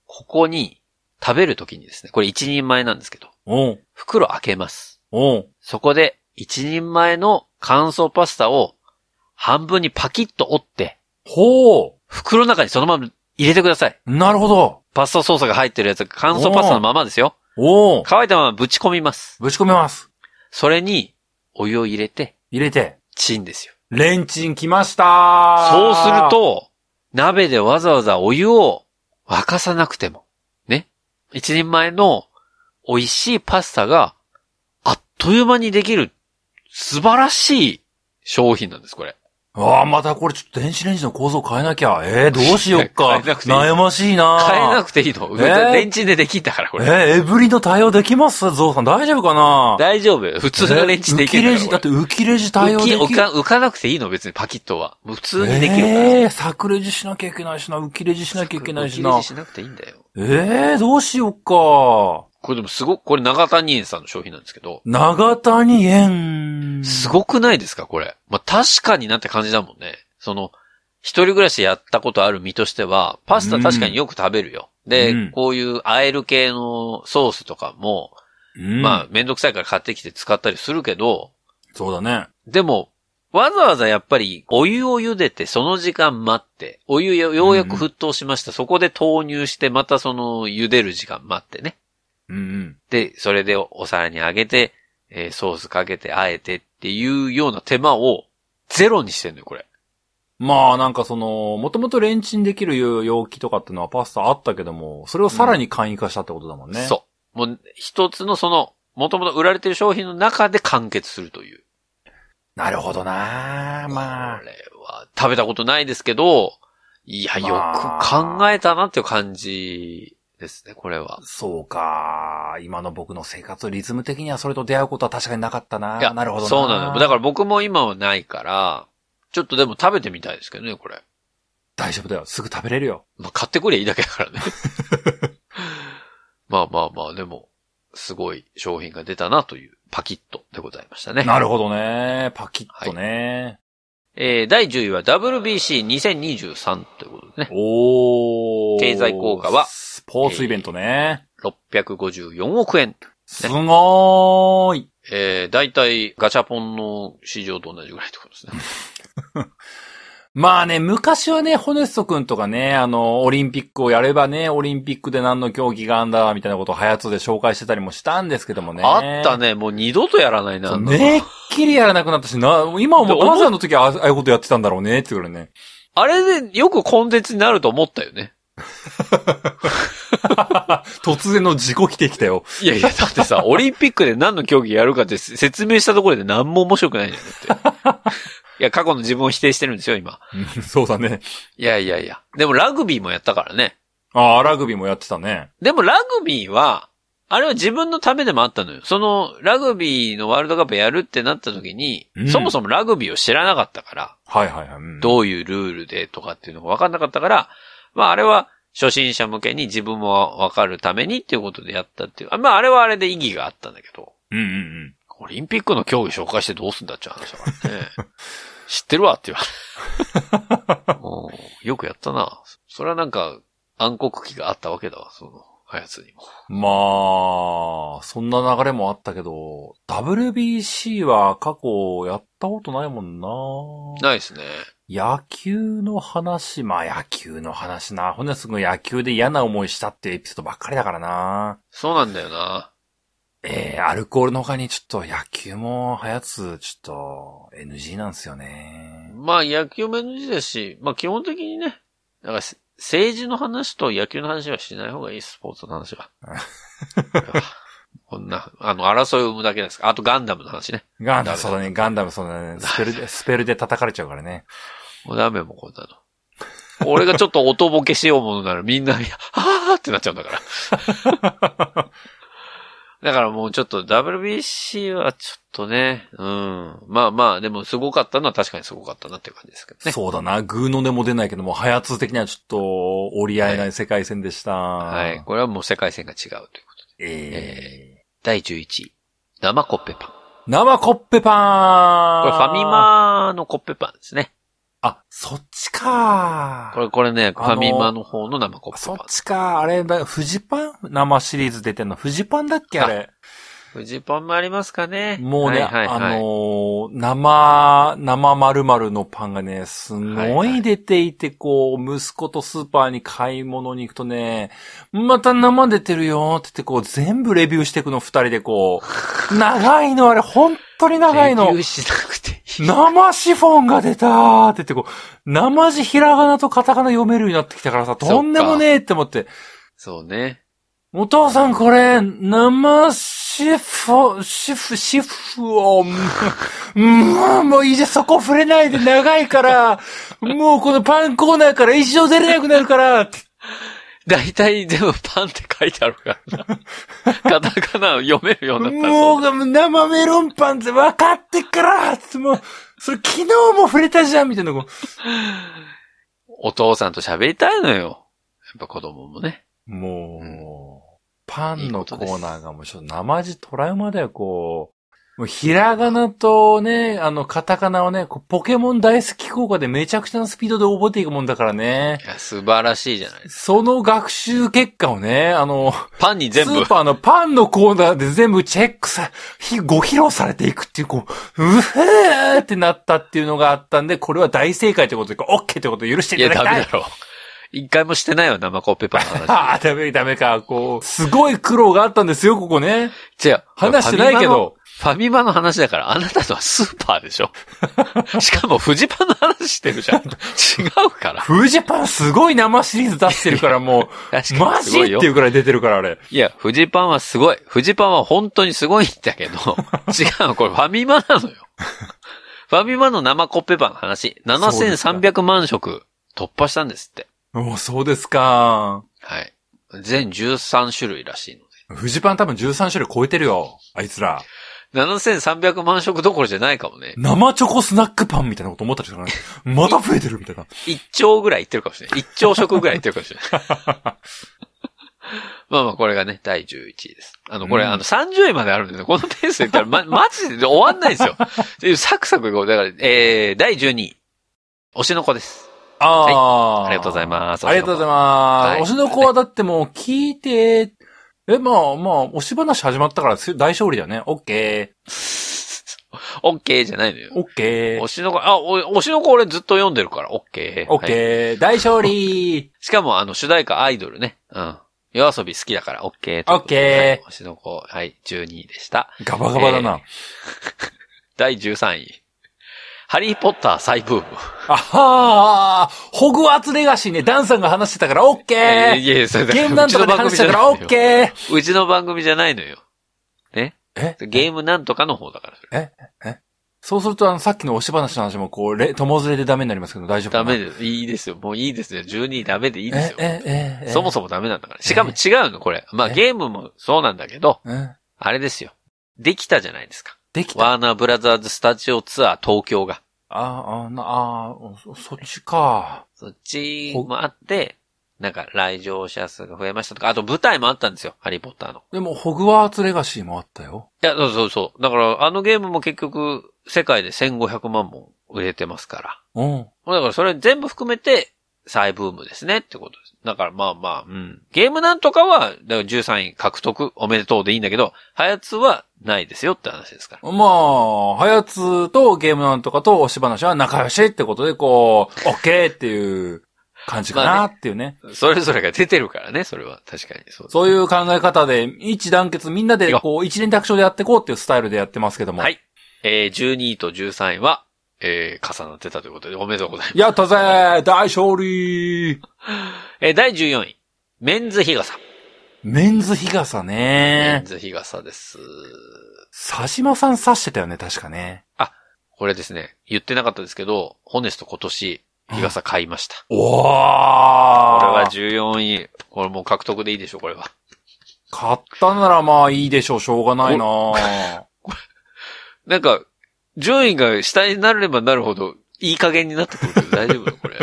ここに、食べるときにですね、これ一人前なんですけど、うん。袋開けます。うん。そこで、一人前の乾燥パスタを、半分にパキッと折って、ほ袋の中にそのまま入れてください。う。なるほど。パスタソースが入ってるやつ、乾燥パスタのままですよ。おー。乾いたままぶち込みます。ぶち込めます。それに、お湯を入れて、入れて。チンですよ。レンチン来ましたーそうする。と、鍋でわざわざお湯を沸かさなくても、ね。一人前の美味しいパスタが、あっという間にできる、素晴らしい商品なんです、これ。ああ、またこれちょっと電子レンジの構造変えなきゃ。 ええー、どうしよっ変か。えなくていい悩ましいなー買えなくていいの。えーレンチンでできんだから、これ。えー、エブリの対応できますゾウさん大丈夫かな大丈夫よ普通のレンチンできえーる浮きレジ、かだっら。こて浮きレジれ対応浮できき浮る。か、浮かなくていいの、別にパキッとは。普通にできるから。ええー、作レジしなきゃいけないしな、浮きレジしなきゃいけないし浮きなレジ。しなくていいんだよ。ええー、どうしよっか。これでもすごく、これ長谷園さんの商品なんですけど、長谷園。すごくないですかこれ。まあ、確かになって感じだもんね。その、一人暮らしやったことある身としては、パスタ確かによく食べるよ。で、うんこういう和える系のソースとかも、うん、まあ、めんどくさいから買ってきて使ったりするけど、そうだね。でも、わざわざやっぱりお湯を茹でてその時間待って、お湯よようやく沸騰しました。そこで投入してまたその茹でる時間待ってね。うんうん。で、それでお皿にあげて、えーソースかけて、あえてっていうような手間をゼロにしてんのよ、これ。まあなんかその、もともとレンチンできる容器とかってのはパスタあったけども、それをさらに簡易化したってことだもんね。そう。もう、一つのその、もともと売られてる商品の中で完結するという。なるほどなまあこ。れは、食べたことないですけど、いや、よまくあ考えたなっていう感じですね、これは。そうか。今の僕の生活リズム的にはそれと出会うことは確かになかったないや、なるほどなそうなのよ。だから僕も今はないから、ちょっとでも食べてみたいですけどね、これ。大丈夫だよ。すぐ食べれるよ。まあ、買ってくりゃいいだけだから ね。まあまあまあ、でも、すごい商品が出たなというパキッとでございましたね。なるほどね。パキッとね。えー、第10位は WBC2023 ということでね。おー。経済効果はスポーツイベントね。 654億円。すごーい。えー、大体ガチャポンの市場と同じぐらいってことですね。まあね、昔はね、ホネスト君とかね、あの、オリンピックをやればね、オリンピックで何の競技があんだ、みたいなことをハヤツで紹介してたりもしたんですけどもね。あった。ね、もう二度とやらないな。そあうんなのめっきりやらなくなったし、な、今思うでと、思うマザーの時はあああいうことやってたんだろうね、っていうぐら いね。あれでよくコンテンツになると思ったよね。突然の自己規定きたよ。いや いや、だってさ、オリンピックで何の競技やるかって説明したところで何も面白くないじゃんだ って。いや、過去の自分を否定してるんですよ、今。うんそうだね。いやいやいや。でもラグビーもやったからね。ああ、ラグビーもやってたね。でもラグビーは、あれは自分のためでもあったのよ。その、ラグビーのワールドカップやるってなった時に、うんそもそもラグビーを知らなかったから、はいはいはい。うんどういうルールでとかっていうのが分かんなかったから、まああれは初心者向けに自分も分かるためにっていうことでやったっていう。あまああれはあれで意義があったんだけど。うんうんうん。オリンピックの競技紹介してどうすんだっていう話だからね。知ってるわっていう話うんよくやったな。それはなんか暗黒期があったわけだわ、その、あやつにも。まあ、そんな流れもあったけど、WBC は過去やったことないもんな。ないですね。野球の話、まあ野球の話な。ほんですぐ野球で嫌な思いしたってエピソードばっかりだからな。そうなんだよな。えー、アルコールの他にちょっと野球もはやつ、ちょっと NG なんですよね。まあ野球も NG だし、まあ基本的にね、なんかせ政治の話と野球の話はしない方がいい、スポーツの話は。これはこんな、あの、争いを生むだけですからあとガンダムの話ね。ガンダダメだム、そうだね、ガンダム、そうだね。スペル で、スペルで叩かれちゃうからね。もうダメもうこんなの。俺がちょっと音ボケ しようものならみんな、あーってなっちゃうんだから。だからもうちょっと WBC はちょっとね、うん。まあまあ、でもすごかったのは確かにすごかったなっていう感じですけどね。そうだな。グーの音も出ないけども、ハヤツ的にはちょっと折り合えない世界戦でした。ははい。。これはもう世界線が違うということで。え第11位。生コッペパン。ー、生コッペパンこれファミマのコッペパンですね。あ、そっちかこれ、これね、フあァのミマの方の生コッペそっパン。ちかあれ、フジパン生シリーズ出てんの。フジパンだっけあれ。フジパンもありますかね。もうね、はいはいはい、あのー生、生〇〇のパンがね、すごい出ていて、こう、息子とスーパーに買い物に行くとね、また生出てるよって言って、こう、全部レビューしていくの、二人でこう。長いの、あれ、本当に長いのレビュ。ーしなくていい。生シフォンが出たーって言ってこう、生字ひらがなとカタカナ読めるようになってきたからさ、とんでもねえって思って、そうね。お父さんこれ、生シフォ、シフ、シフを、うん、もういいじゃん、そこ触れないで長いから、もうこのパンコーナーから一生出れなくなるから、ってだいたい全部パンって書いてあるから な。カタカナを読めるようになったらもそうう生メロンパンって分かってっから、ってもう、それ昨日も触れたじゃん、みたいな。こお父さんと喋りたいのよ。やっぱ子供もね。うもう、パンのコーナーがもうちょっと生地トラウマだよ、こう。もうひらがなとね、あの、カタカナをね、こうポケモン大好き効果でめちゃくちゃなスピードで覚えていくもんだからねい。や素晴らしいじゃないですその学習結果をね、あの、か。パンにス全部ー。パーのパンのコーナーで全部チェックさ、ひご披露されていくっていう、こう、うへーってなったっていうのがあったんで、これは大正解ってことで、オッケーってことで許していいや、ただダきたメいだ。ろ。一回もしてないよ、生コッペパンの話。ああ、ダメダメか、こう、すごい苦労があったんですよ、ここね。違う。話してないファミけど。マの。ファミマの話だから、あなたとはスーパーで しょしかも、フジパンの話してるじゃん。違うから。フジパンすごい生シリーズ出してるから、も確う、か マにすジごいってよい。うくらい出てるから、あれ。いや、フジパンはすごい。フジパンは本当にすごいんだけど、違うの、これファミマなのよ。ファミマの生コッペパンの話、そうですか7300万食突破したんですって。おそうですか。はい。全13種類らしいのフジパン多分13種類超えてるよ、あいつら。で。7300万食どころじゃないかもね。生チョコスナックパンみたいなこと思ったりしたからね。 また増えてるみたいな。一兆ぐらいいってるかもしれない。一兆食ぐらいいってるかもしれ ない。まあまあ、これがね、第11位です。あの、これ、うんあの、30位まであるんでね、このペースでいったら、ま、 マジで終わんないですよ。でサクサクいこう。だから、えー、第12位。推しの子です。ああ、ありがとうございますありがとうございまはす。い推しの子はだってもう聞いて、え、まあまあ、推し話始まったからす大勝利だよね。オッケオッケーじゃないのよー。。オッケ推ー。しの子、あ、お推しの子俺ずっと読んでるから、オッケー。オッはいケー。大勝利しかも、あの、主題歌アイドルね。うん。夜遊び好きだから、オッケーということで。オッケーはい推しの子、はい、12位でした。ガバガバだな。第13位。ハリーポッター再ブーム。あはーホグワーツレガシーね、ダンさんが話してたからオッケいーやいや、それだかゲらームなんとかでう話ちしてのたからオ番ッ組じゃないのよケーうちの番組じゃないのよ。ねえゲームなんとかの方だから。そうすると、あの、さっきの推し話の話も、こう、れ、友連れでダメになりますけど、大丈夫かダなメです。いいですよ。もういいですよ。12位ダメでいいですえよ、。え、え、え。そもそもダメなんだから。しかも違うの、これ。まあえゲームもそうなんだけど、も。うん。あれですよ。できたじゃないですか。できた。ワーナーブラザーズスタジオツアー東京が。ああ、な、ああ、そそっちか。そっちもあって、なんか来場者数が増えましたとか、あと舞台もあったんですよ。ハリーポッターの。でも、ホグワーツレガシーもあったよ。いや、そうそうそう。だからあのゲームも結局、世界で1500万本売れてますから。うん。だからそれ全部含めて再ブームですねってことです。だからまあまあ、うん。ゲームなんとかは、だから13位獲得おめでとうでいいんだけど、ハヤツはないですよって話ですから。まあ、はやつとゲームなんとかと押し話は仲良しってことで、こう、オッケーっていう感じかまなあっていうね。それぞれが出てるからね、それは。確かにそう。そういう考え方で、一致団結みんなで、こう、一連卓上でやっていこうっていうスタイルでやってますけども。はい。えー、12位と13位は、えー、重なってたということでおめでとうございます。やったぜ大勝利えー、第14位。メンズ日傘。メンズ日傘メンね。ズ日傘です。佐島さん刺してたよね、確かね。これですね、言ってなかったですけど、ホネスト今年、日傘買いました。おーここれは14位。これもう獲得でいいでしょ、これは。買ったならまあいいでしょう、しょうがないなぁなんか、順位が下になればなるほど、いい加減になってくるけど大丈夫だこ れ。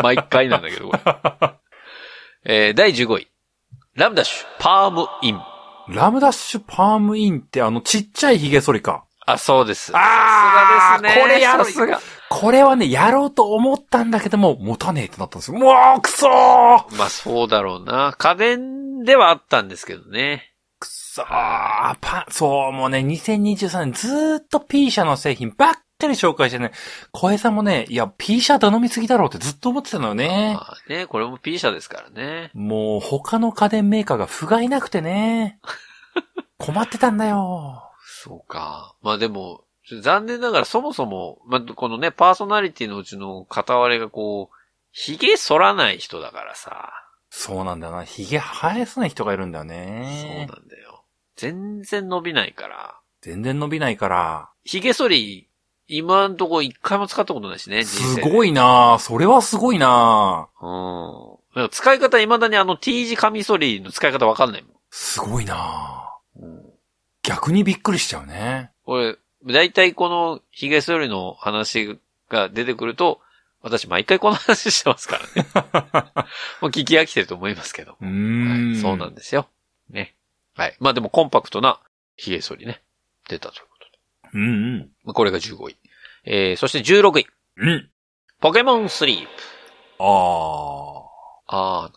毎回なんだけど、これ。えー、第15位。ラムダッシュ、パームイン。ラムダッシュパームインってあのちっちゃいヒゲ剃りか。あ、そうです。あーさすがですね。これやろさすが。これはね、やろうと思ったんだけども、持たねえってなったんですよ。もうくそーまあそうだろうな。家電ではあったんですけどね。くそーパそう、もうね、2023年ずーっと P 社の製品ばっかり紹介してね、小江さんもね、いや、P 社頼みすぎだろうってずっと思ってたのよね。まあね、これも P 社ですからね。もう他の家電メーカーが不甲斐なくてね。困ってたんだよ。そうか。まあでも、残念ながらそもそも、まあこのね、パーソナリティのうちの片割れがこう、髭剃らない人だからさ。そうなんだよな。髭生やせない人がいるんだよそうなねん。だよ。全然伸びないから。全然伸びないから。髭剃り、今んとこ一回も使ったことないしね、人す生で。ごい。いなぁそれはすごいなぁうん。でも使い方未だにあの T 字カミソリの使い方わかんないもすごいなぁん。うん逆にびっくりしちゃうね。これ、だいたいこのヒゲ剃りの話が出てくると、私毎回この話してますからね。もう聞き飽きてると思いますけど。うはい、そうなんですよ。ね。はい。まあでもコンパクトなヒゲ剃りね。出たということで。うんまあこれが15位。えー、そして16位。うん。うん。ポケモンスリープ。あああ。ー、なんだ。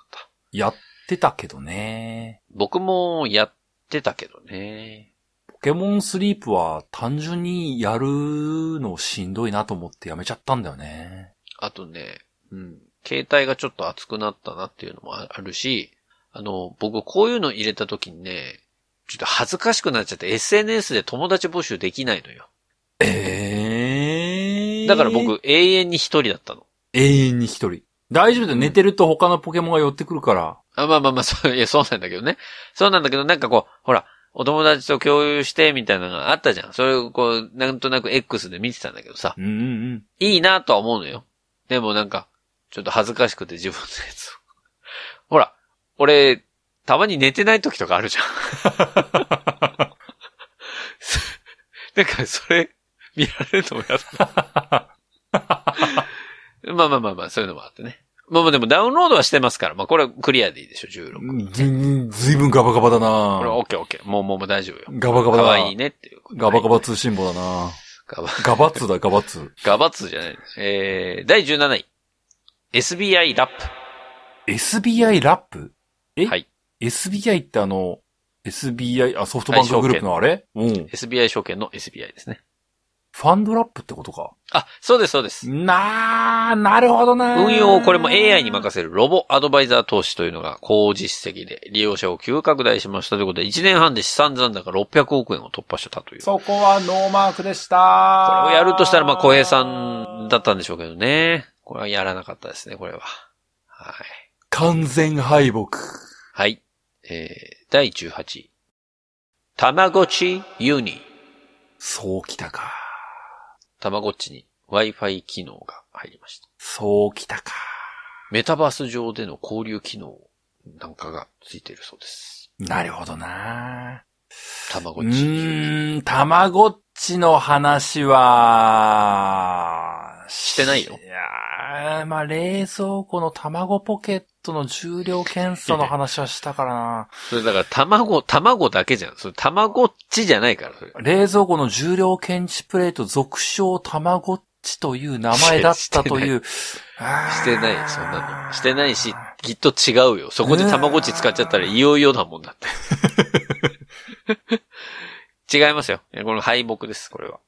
やってたけどね。僕もやってたけどね。ポケモンスリープは単純にやるのしんどいなと思ってやめちゃったんだよね。あとね、うん、携帯がちょっと熱くなったなっていうのもああるし、あの、僕こういうの入れた時にね、ちょっと恥ずかしくなっちゃって SNS で友達募集できないのよ。ええだから。僕永遠に一人だったの。永遠に一人。大丈夫だよ。うん寝てると他のポケモンが寄ってくるから。あまあまあまあ、そう、いや、そうなんだけどね。そうなんだけど、なんかこう、ほら、お友達と共有して、みたいなのがあったじゃん。それをこう、なんとなく X で見てたんだけどさ、うんうんうん。いいなとは思うのよ。でもなんか、ちょっと恥ずかしくて自分のやつを。 ほら、俺、たまに寝てない時とかあるじゃん。 なんか、それ、見られるのもやだ。 まあまあまあまあ、そういうのもあってね。まあまあでもダウンロードはしてますから、まあこれはクリアでいいでしょ、16。ず、ずいぶんガバガバだこれはなオッケーオッケー。もうもうもう大丈夫よ。ガバガバだ可な愛いねっていうこと。ガバガはバい。通信簿だなガバ、ガバツだ、ガバツ。ガバツじゃない。えー、第17位。SBI ラップ。 SBI ラップえはい。 SBI ってあの、SBI、あ、ソフトバンクグループのあれうん。 SBI 証券の SBI ですね。ファンドラップってことか。あ、そうです、そうです。なー、なるほどなー運用をこれも AI に任せるロボアドバイザー投資というのが高実績で利用者を急拡大しましたということで1年半で資産残高600億円を突破したという。こそこはノーマークでしたれをこやるとしたらまあ小平さんだったんでしょうけどね。これはやらなかったですね、これは。はい。完全敗北。はい。えー、第18位。たまごっちユニ。そうきたか。たまごっちに Wi-Fi 機能が入りました。そうきたか。メタバース上での交流機能なんかがついているそうです。なるほどなたまごー。うっちユニ。ーん、たまごっちの話は、してないよいやーまあ冷蔵庫の卵ポケットの重量検査の話はしたからな。それだから卵、卵だけじゃん。それ卵っちじゃないから、それ。冷蔵庫の重量検知プレート俗称たまごっちという名前だったという。ししてない、そんなの。してないし、きっと違うよ。そこでうわーたまごっち使っちゃったらいよいよだもんだって。 違いますよ。いやこの敗北です、これは。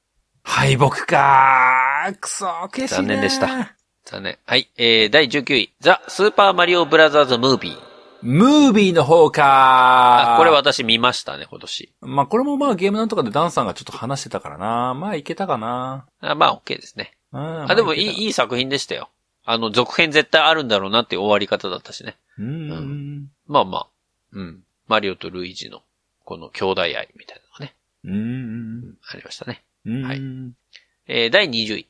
敗北かくそ悔しいな残念でした。残念。はい。えー、第19位。ザ・スーパーマリオブラザーズ・ムービー。ムービーの方かあ、これ。私見ましたね、今年。まあ、これもまあゲームなんとかでダンさんがちょっと話してたからな。まあ、いけたかな。あまあ、OK ですね。うん。まあ、でもいい、い。いい作品でしたよ。あの、続編絶対あるんだろうなっていう終わり方だったしね。うん。ううんまあまあ。うん。マリオとルイージの、この兄弟愛みたいなのがね、うん。ありましたね。うん。はいうんえー、第20位。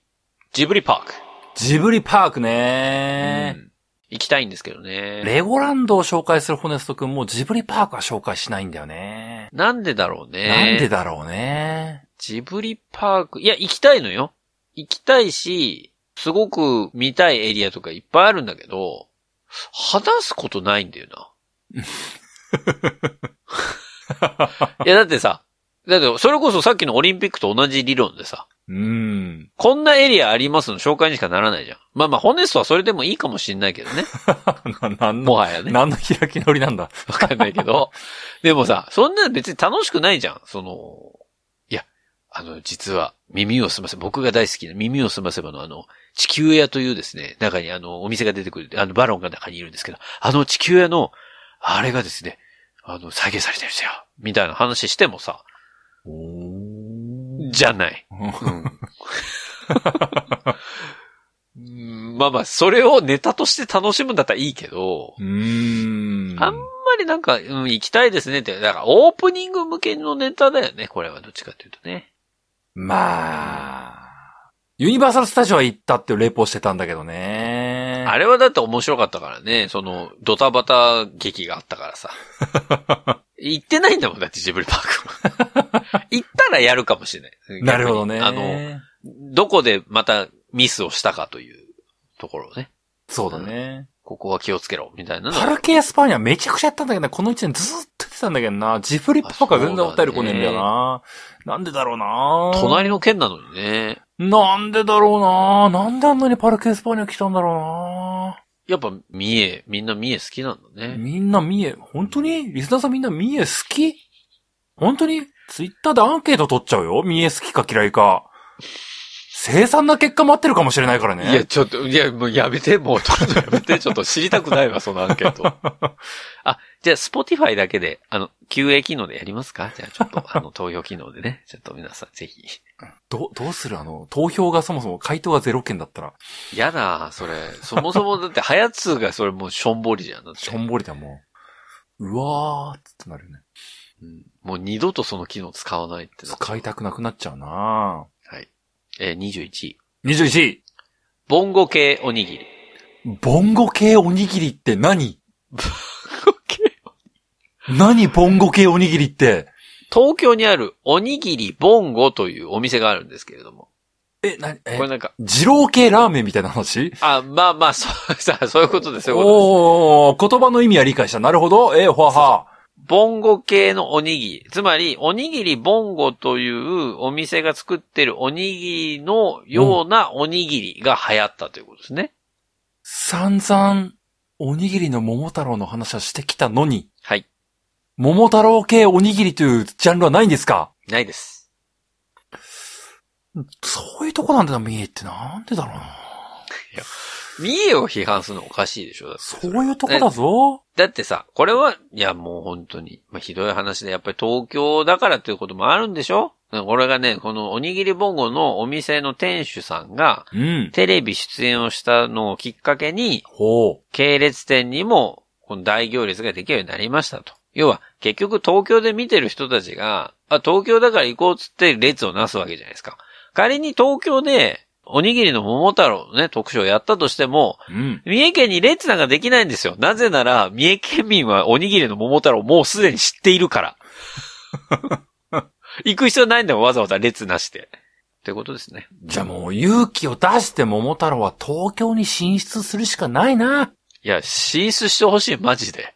ジブリパーク。ジブリパークねう。ん行きたいんですけどね。レゴランドを紹介するホネスト君もジブリパークは紹介しないんだよね。なんでだろうね。なんでだろうね。ジブリパーク、いや、行きたいのよ。行きたいし、すごく見たいエリアとかいっぱいあるんだけど、話すことないんだよな。いや、だってさ、だって、それこそさっきのオリンピックと同じ理論でさ、うん。 こんなエリアありますの紹介にしかならないじゃん。まあまあ、ホネストはそれでもいいかもしんないけどね。な、なんもの、はやね。わなんの開き直りなんだ。かんないけど。でもさ、そんなの別に楽しくないじゃん。その、いや、あの、実は、耳をすませ、僕が大好きな耳をすませばのあの、地球屋というですね、中にあの、お店が出てくる、あの、バロンが中にいるんですけど、あの地球屋の、あれがですね、あの、再現されてるんですよ。みたいな話してもさ、じゃない。うん、まあまあ、それをネタとして楽しむんだったらいいけど、うーん。あんまりなんか、うん、行きたいですねって、だからオープニング向けのネタだよね、これはどっちかっていうとね。まあ、ユニバーサルスタジオは行ったっていうレポしてたんだけどね。あれれはだって面白かったからね、その、ドタバタ劇があったから さ。行ってないんだもん、だってジブリパー クは。行ったらやるかもしれない。なるほどね。あの、、どこでまたミスをしたかというところをね。そうだね。ここは気をつけろ、みたいなのパルケースパーにはめちゃくちゃやったんだけどな、この一年ずっとやってたんだけどな、ジフリパークは全然お便り来ねえんだよな。なんでだろうな。隣の県なのにね。なんでだろうな。なんであんなにパルケースパーには来たんだろやっぱ、三重、みんな三重好きなんだうな。ね。みんな三重、本当にリスナーさんみんな三重好き本当にツイッターでアンケート取っちゃうよ三重好きか嫌いか。凄惨な結果待ってるかもしれないからね。いや、ちょっと、いや、もうやめて、もう、取るのやめて、ちょっと知りたくないわ、そのアンケート。 あ、じゃあ、スポティファイだけで、あの、QA 機能でやりますかじゃあ、ちょっと、あの、投票機能でね、ちょっと皆さん、ぜひ。ど、どうするあの、投票がそもそも回答が0件だったら、やだ、それ。そもそも、だって、ハヤツーがそれもう、しょんぼりじゃん。だってしょんぼりだもう。うわーってなるよね。うんもう二度とその機能使わないってな。使いたくなくなっちゃうなえー、21位。 21位ボンゴ系おにぎり。ボンゴ系おにぎりって何ボンゴ系何ボンゴ系おにぎり って。東京にある、おにぎりボンゴというお店があるんですけれども。え、な、えこれ、なんか、二郎系ラーメンみたいな話あ、まあまあ、そう、さそういうことです、そういうことです。おー、言葉の意味は理解した。なるほど。え、ほわは。ボンゴ系のおにぎり。つまり、おにぎりボンゴというお店が作ってるおにぎりのようなおにぎりが流行ったということですね。散々、おにぎりの桃太郎の話はしてきたのに、はい。桃太郎系おにぎりというジャンルはないんですかないです。そういうとこなんだな、三重って。なんでだろうな。三重を批判するのおかしいでしょだってそういうとこだぞ。だってさ、これは、いやもう本当に、まあ、ひどい話で、やっぱり東京だからということもあるんでしょ俺がね、このおにぎりボンゴのお店の店主さんが、うん。テレビ出演をしたのをきっかけに、ほ系列店にも、この大行列ができるようになりましたと。要は、結局東京で見てる人たちが、あ、東京だから行こうっつって列をなすわけじゃないですか。仮に東京で、おにぎりの桃太郎のね、特集をやったとしても、う。うん。三重県に列なんかできないんですよ。なぜなら、三重県民はおにぎりの桃太郎をもうすでに知っているから。 行く必要ないんだよ、わざわざ列なして。ってことですね。じゃあもう勇気を出して桃太郎は東京に進出するしかないな。いや、進出してほしい、マジ で。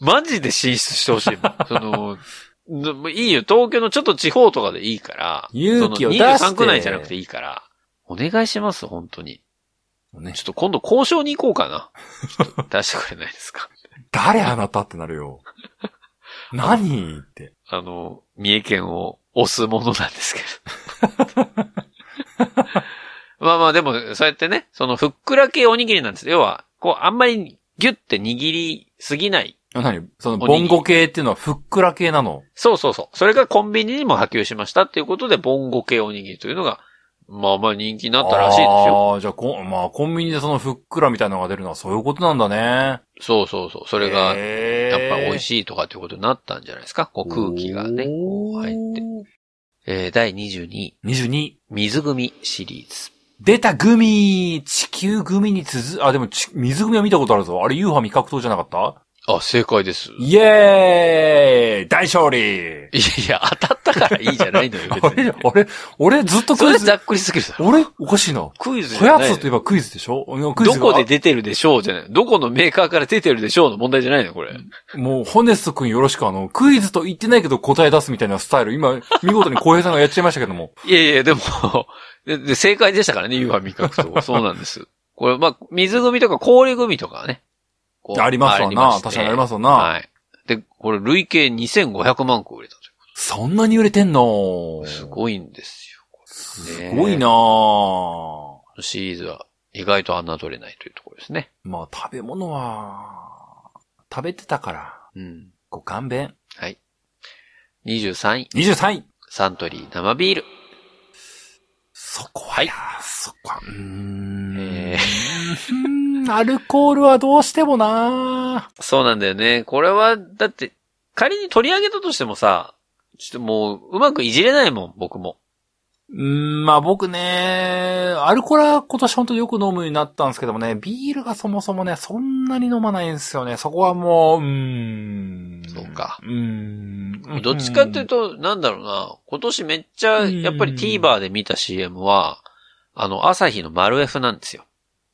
マジで進出してほしいもん。その、でもいいよ、東京のちょっと地方とかでいいから。勇気を出してその23区内じゃなくていいから。お願いします、本当に。ねちょっと今度交渉に行こうかな。ちょっと出してくれないですか。 誰あなたってなる よ。何って。あの、三重県を押すものなんですけど。 まあまあでも、そうやってね、そのふっくら系おにぎりなんですよ。要は、こう、あんまりギュって握りすぎない何そのおにボぎりンゴ系っていうのはふっくら系なの。そうそうそう。それがコンビニにも波及しましたっていうことで、ボンゴ系おにぎりというのが、まあまあ人気になったらしいですよ。ああ、じゃあこ、まあコンビニでそのふっくらみたいなのが出るのはそういうことなんだね。そうそうそう。それが、やっやぱ美味い。しいとかっていうことになったんじゃないですか。こう空気がね。入入って。えー、第22位、 22。水組シリーズ。出たグミ地球組に続、あ、でもち、水組は見たことあるぞ。あれ、ユーハ味覚糖じゃなかったあ、正解です。いイエーイ大勝利やいや、当たったからいいじゃ ないのよ、あ別れに。俺、俺ずっとそクイれズざ、っくりすぎるだろ。俺おかしいな。クイズじはゃやないのつといえばクイズでしょクイどズがこで出てるでしょうじゃない。どこのメーカーから出てるでしょうの問題じゃないの、これ。もう、ホネスト君よろしくあの、クイズと言ってないけど答え出すみたいなスタイル、今、見事に浩平さんがやっちゃいましたけど も。いやいや、でも で、で正解でしたからね、ユーハ味覚と。 そうなんです。これ、まあ、水組とか氷組とかね。こうありますわな。して確かにありますわな。はい。で、これ、累計2500万個売れたといそんなに売れてんのう。すごいんですよ。こすごいなぁのシリーズは意外と侮れないというところですね。まあ、食べ物は、食べてたから、うん。ご勘弁。はい。23位、 23位サントリー生ビール。そこは、いやー、そこは、うーん。え うーんアルコールはどうしてもなそうなんだよね。これは、だって、仮に取り上げたとしてもさ、ちょっともう、うまくいじれないもん、僕も。うーん、まあ僕ね、アルコールは今年本当によく飲むようになったんですけどもね、ビールがそもそもね、そんなに飲まないんですよね。そこはもう、うーん。そうかうーん。どっちかっていうと、と、なんだろうな、今年めっちゃ、やっぱりうん TVer で見た CM は、あの、朝日の丸 F なんですよ。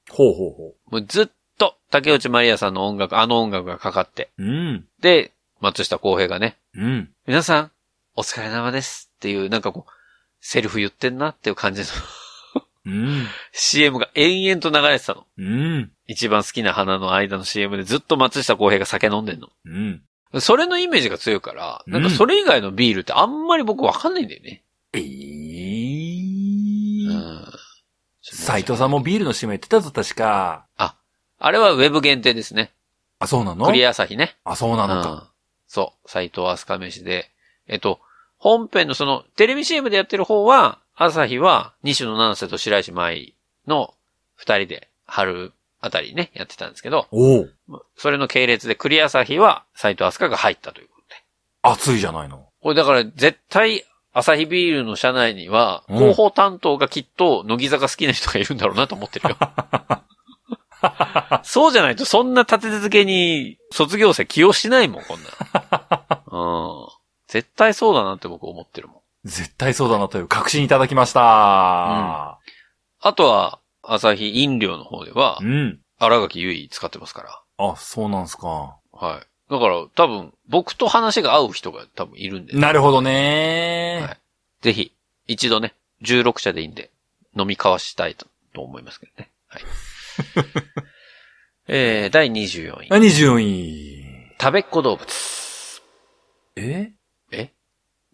ほうほうほもうずっと、竹内まりやさんの音楽、あの音楽がかかって。う。うん。で、松下洸平がね、うん。皆さん、お疲れ様ですっていう、なんかこう、セリフ言ってんなっていう感じの うん。 CM が延々と流れてたの。うん。一番好きな花の間の CM でずっと松下洸平が酒飲んでんの。うん。それのイメージが強いから、なんかそれ以外のビールってあんまり僕わかんないんだよね。えうー。ん。斎藤さんもビールの CM やってたぞ、確か。あれはウェブ限定ですね。あ、そうなのクリア朝日ね。あ、そうなのうか。んそう。斎藤飛鳥飯で。えっと、本編のその、テレビ CM でやってる方は、朝日は西野七瀬と白石舞の二人で春あたりね、やってたんですけど、おうそれの系列でクリア朝日は斎藤飛鳥が入ったということで。熱いじゃないの。これだから絶対、朝日ビールの社内には、うん広報担当がきっと、乃木坂好きな人がいるんだろうなと思って るよ。そうじゃないと、そんな立て続けに、卒業生起用しないもん、こんなん。うん。絶対そうだなって僕思ってるもん。絶対そうだなという確信いただきましあた。とは、朝日飲料の方ではう、ん。荒垣結衣使ってますから。あ、そうなんすか。はい。だから、多分、僕と話が合う人が多分いるんで、なるほどね、はいぜひ、一度ね、16社でいいんで、飲み交わしたいとと思いますけどね。 はい。えー、第24位。何順位食べっ子動物。ええ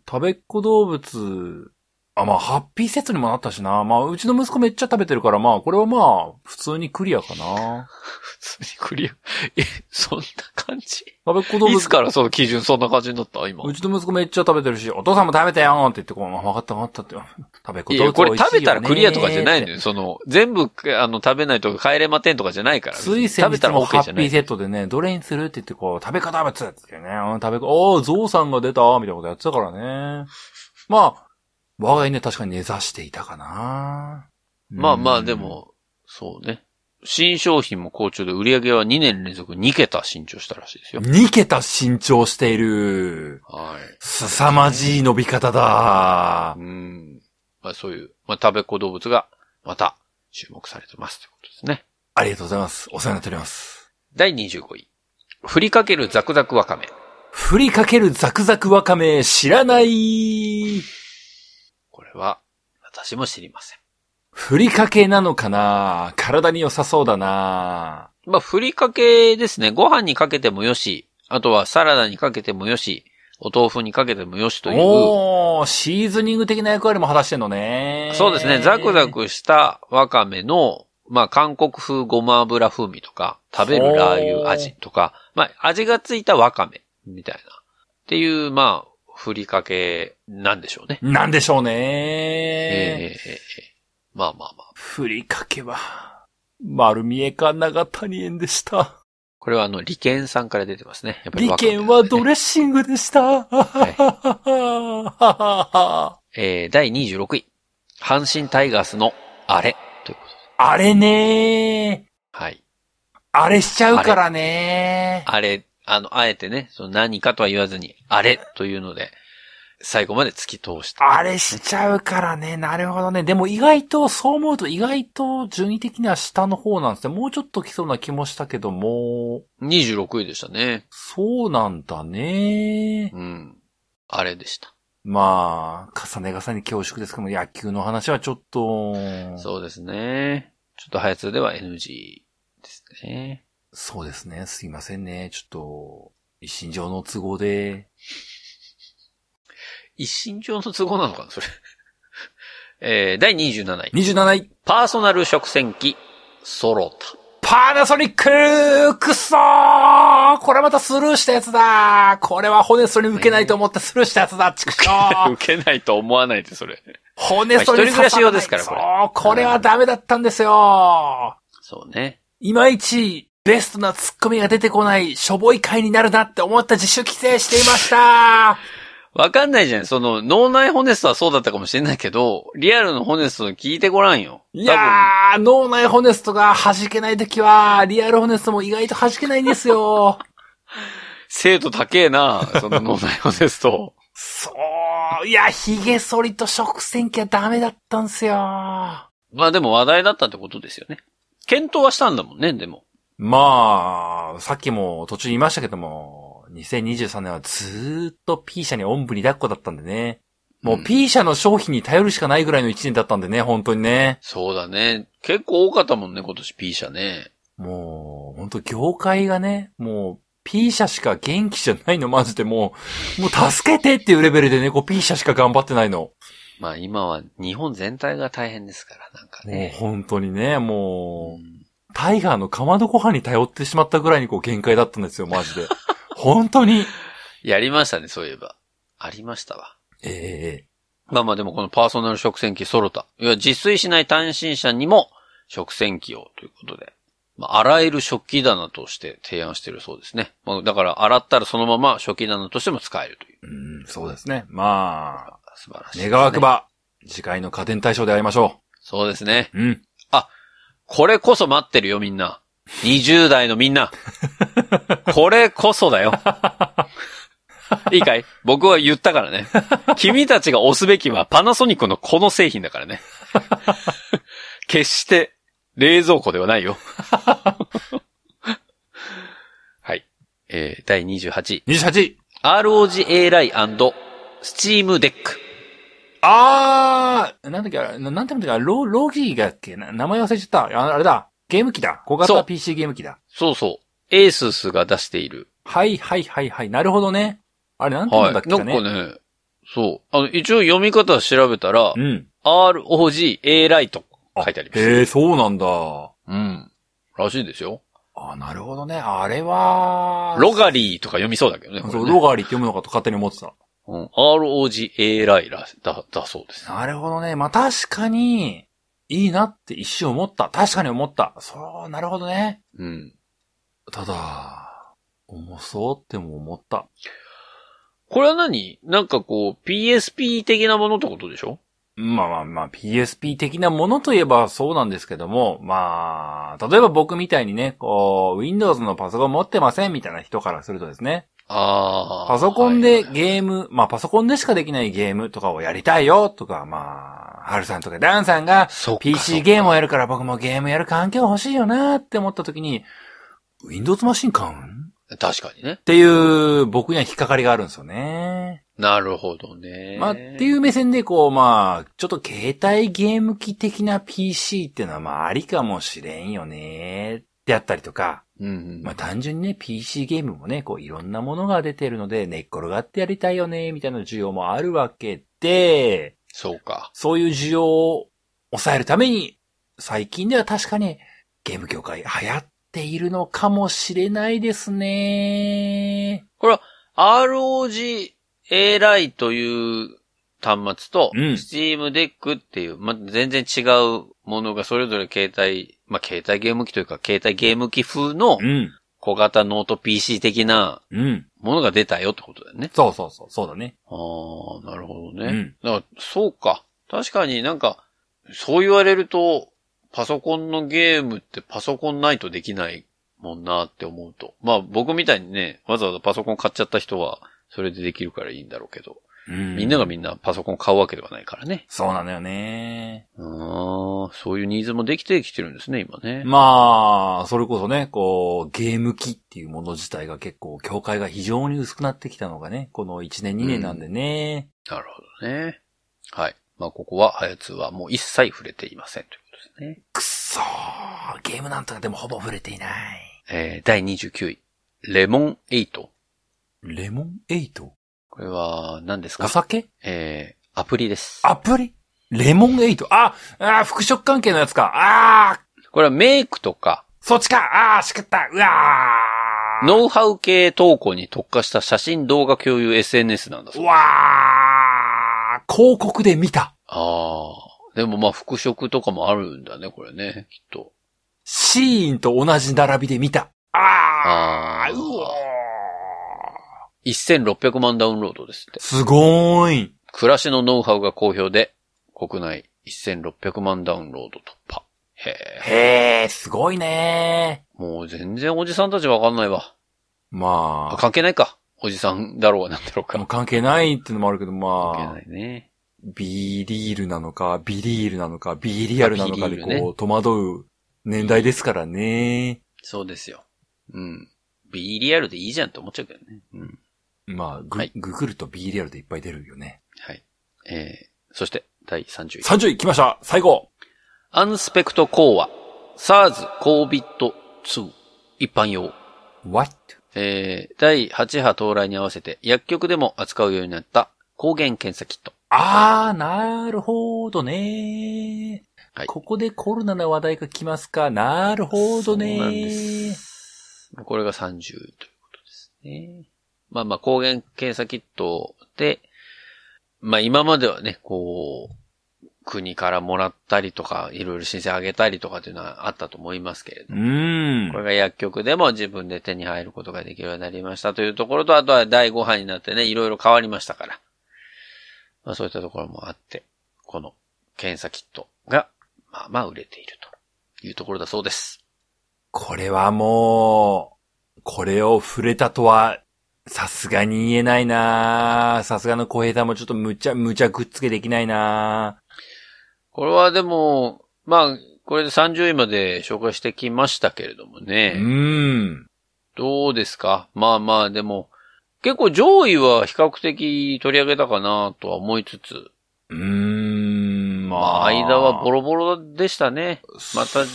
食べっ子動物、あ、まあ、ハッピーセットにもなったしな。まあ、うちの息子めっちゃ食べてるから、まあ、これはまあ、普通にクリアかな。普通にクリア。え、そんな感じ食べっ子動い物つからその基準そんな感じになった今う。ちの息子めっちゃ食べてるし、お父さんも食べたよーって言って、こう、分かった分かったって。食べっ子い動や、こ物美れ味し食いよねーってべたらクリアとかじゃないのよ。その、全部、あの、食べないと帰れまてんとかじゃないから。つい先食べ日たらもハ OK じゃッピなーい。セットでね、どれにするって言ってこう、食べ方別って言ってね、うん食べ、おー、ゾウさんが出たみたいなことやってたからね。まあ、我が家ね、確かに根ざしていたかな。まあまうあ、んで。も、そうね。新商品も好調で売り上げは2年連続2桁伸長したらしいですよ。 2桁伸長している。はい。凄まじい伸び方だう。ん。まあそういう、まあ食べっ子動物がまた注目されてますということですね。ありがとうございます。お世話になっております。第25位。ふりかけるザクザクわかめ。ふりかけるザクザクわかめ、知らない。これは、私も知りません。ふりかけなのかな体に良さそうだな。まあふりかけですね。ご飯にかけてもよし、あとはサラダにかけてもよし、お豆腐にかけてもよしという。おー、シーズニング的な役割も果たしてんのね。そうですね。ザクザ。クしたわかめの、まあ韓国風ごま油風味とか、食べるラー油味とか、まあ味がついたわかめみたいな。っていう、まあ、ふりかけなんでしょうね。なんでしょうね、ええええええまあまあまあ。ふりかけは、丸見えか長谷園でした。これはあの、利権さんから出てますね。やっぱり利わかめなん権でねはドレッシングでした。 はえー、第26位。阪神タイガースのあれということであれねはい。あれしちゃうからねあれ、あの、あえてね、その何かとは言わずに、あれというので、最後まで突き通した。あれしちゃうからね。なるほどね。でも意外と、そう思うと意外と順位的には下の方なんですね。もうちょっと来そうな気もしたけども、 26位でしたね。そうなんだね。うん。あれでした。まあ、重ね重ね恐縮ですけども、野球の話はちょっと、そうそうですね。ちょっと早津では NG ですね。ですね。すいませんね。ちょっと、一身上の都合で、一身上の都合なのかな、それ。 えー、第27位。 27位、パーソナル食洗機、ソロタ。パナソニックくそーこれまたスルーしたやつだこれはホネストに受けないと思ってスルーしたやつだち くしょう受けないと思わないで、それ。ホネストにまあ一人暮らし用ですからこれそう、これはダメだったんですよそうね。いまいち、ベストなツッコミが出てこない、しょぼい回になるなって思った自主規制していましたわかんないじゃん。その、脳内ホネストはそうだったかもしれないけど、リアルのホネスト聞いてごらんよ。いやー、脳内ホネストが弾けないときは、リアルホネストも意外と弾けないんですよ精度高えな、その脳内ホネス ト。 そう、いや、髭剃りと食洗機はダメだったんすよ。まあでも話題だったってことですよね。検討はしたんだもんね、でも。まあ、さっきも途中言いましたけども、2023年はずーっと P 社におんぶに抱っこだったんでね。もんう P 社の商品に頼るしかないぐらいの1年だったんでね、本当にね。そうだね。結構多かったもんね、今年 P 社ね。もう、本当業界がね、もう P 社しか元気じゃないの、マジでもう、もう助けてっていうレベルでね、こう P 社しか頑張ってないの。まあ今は日本全体が大変ですから、なんかもうね。本当にね、もうう、んタイガーのかまどご飯に頼ってしまったぐらいにこう限界だったんですよ、マ ジで。本当に。やりましたね、そういえば。ありましたわ。ええまあまあでもこのパーソナル食洗機ソロタ。いや、自炊しない単身者にも食洗機をということで。まあ、洗える食器棚として提案してるそうですね。まあ、だから洗ったらそのまま食器棚としても使えるという。うん、そうですね。まあ、素晴らしい、願わく。ば、次回の家電大賞で会いましょそうですね。う。うん。これこそ待ってるよ、みんな。20代のみんな。これこそだよ。いいかい僕は言ったからね。君たちが押すべきはパナソニックのこの製品だからね。決して冷蔵庫ではないよ。はい。えー、第28位。 28位。 ROG ライスチームデック。あー、なんだっけ、あれななんていうんだっけ、ロロギーがっけな、名前忘れちゃった。ああれだ、ゲーム機だ。小そ型う PC ゲーム機だ。そうそう。エーススが出しているはい、はい、はい、はい。なるほどね。あれ、なんていはうんい。なだっんけかかね。ね、そう。あの、一応読み方調べたらう、ん。 ROG A ライト書いてあります。へえ、そうなんだ。うん。らしいですよ。あ、なるほどね。あれは、ロガリーとか読みそうだけどね。これそう、ねロガーリって読むのかと勝手に思ってた。うん、ROG A ライらだ、だそうです。なるほどね。まあ、確かに、いいなって一瞬思った。確かに思った。そう、なるほどね。うん。ただ、重そうっても思った。これは何なんかこう、PSP 的なものってことでしょまあまあまあ、PSP 的なものといえばそうなんですけども、まあ、例えば僕みたいにね、こう、Windows のパソコン持ってませんみたいな人からするとですね、ああ。パソコンではいゲーム、まあパソコンでしかできないゲームとかをやりたいよとか、まあ、ハルさんとかダンさんがそっか PC ゲームをやるから僕もゲームやる環境欲しいよなって思った時に、Windows マシン買うんっそっか確かにね。ていう僕には引っかかりがあるんですよね。なるほどね。まあっていう目線でこうまあ、ちょっと携帯ゲーム機的な PC っていうのはまあありかもしれんよねってあったりとか、うんうん。まあ単純にね PC ゲームもね、こういろんなものが出てるので寝っ転がってやりたいよねみたいな需要もあるわけで、そうか。そういう需要を抑えるために、最近では確かにゲーム業界流行っているのかもしれないですね。 ROG A ライという端末と、うん Steam Deck っていう、ま、全然違うものがそれぞれ携帯、まあ、携帯ゲーム機というか、携帯ゲーム機風のん。小型ノート PC 的なうん。ものが出たよってことだよね。そうそうそう、そうだね。ああ、なるほどうね。んだからそうか。確かになんか、そう言われると、パソコンのゲームってパソコンないとできないもんなって思うと。まあ僕みたいにね、わざわざパソコン買っちゃった人は、それでできるからいいんだろうけど、うんみんながみんなパソコン買うわけではないからね。そうなんだよね。ああ、そういうニーズもできてきてるんですね、今ね。まあ、それこそね、こう、ゲーム機っていうもの自体が結構、境界が非常に薄くなってきたのがね、この1年2年なんでね。なるほどね。はい。まあここは、ハヤツはもう一切触れていませんということですね。くっそーゲームなんとかでもほぼ触れていない。えー、第29位。レモン8。レモンエイトこれは、何ですおか酒えー、アプリです。アプリレモンエイトあ、あー、服飾関係のやつか。あー、これはメイクとか、そっちかあー、しくったうわーノウハウ系投稿に特化した写真動画共有 SNS なんだそうう。わー広告で見たああ。でもまあ、服飾とかもあるんだね、これね、きっと。シーンと同じ並びで見たああーうおー1600万ダウンロードですって。すごーい暮らしのノウハウが好評で、国内1600万ダウンロード突破。へえ。へー、すごいねもう全然おじさんたちわかんないわ。ー。あ、まあ、関係ないか。おじさんだろうがなんだろうもうか。関係ないってのもあるけど、関係まなあ、いね。ビリールなのか、ビリールなのか、ビリアルなのかビでリーこう、ルね戸惑う年代ですからね。そうですよ。うん。B リアルでいいじゃんって思っちゃうけどね。うん。まあ、グ,、はいググると B リアルでいっぱい出るよね。はい。えー、そして、第30位。 30位来ました最後アンスペクトコア、SARS COVID-2、一般用。 !What? えー、第8波到来に合わせて、薬局でも扱うようになった抗原検査キット。あー、なるほどね、はいここでコロナの話題が来ますか。なるほどねそうなんです。これが30ということですね。まあまあ、抗原検査キットで、まあ今まではね、こう、国からもらったりとか、いろいろ申請あげたりとかっていうのはあったと思いますけれどう。ーこれん。が薬局でも自分で手に入ることができるようになりましたというところと、あとは第5波になってね、いろいろ変わりましたから。まあそういったところもあって、この検査キットが、まあまあ売れているというところだそうです。これはもう、これを触れたとは、さすがに言えないなさすがの小平さんもちょっとむちゃ、むちゃくっつけできないなこれはでも、まあ、これで30位まで紹介してきましたけれどもうね。ーん。どうですかまあまあ、でも、結構上位は比較的取り上げたかなとは思いつつ、うーん、ままあ。あ、間はボロボロでしたね。またそ、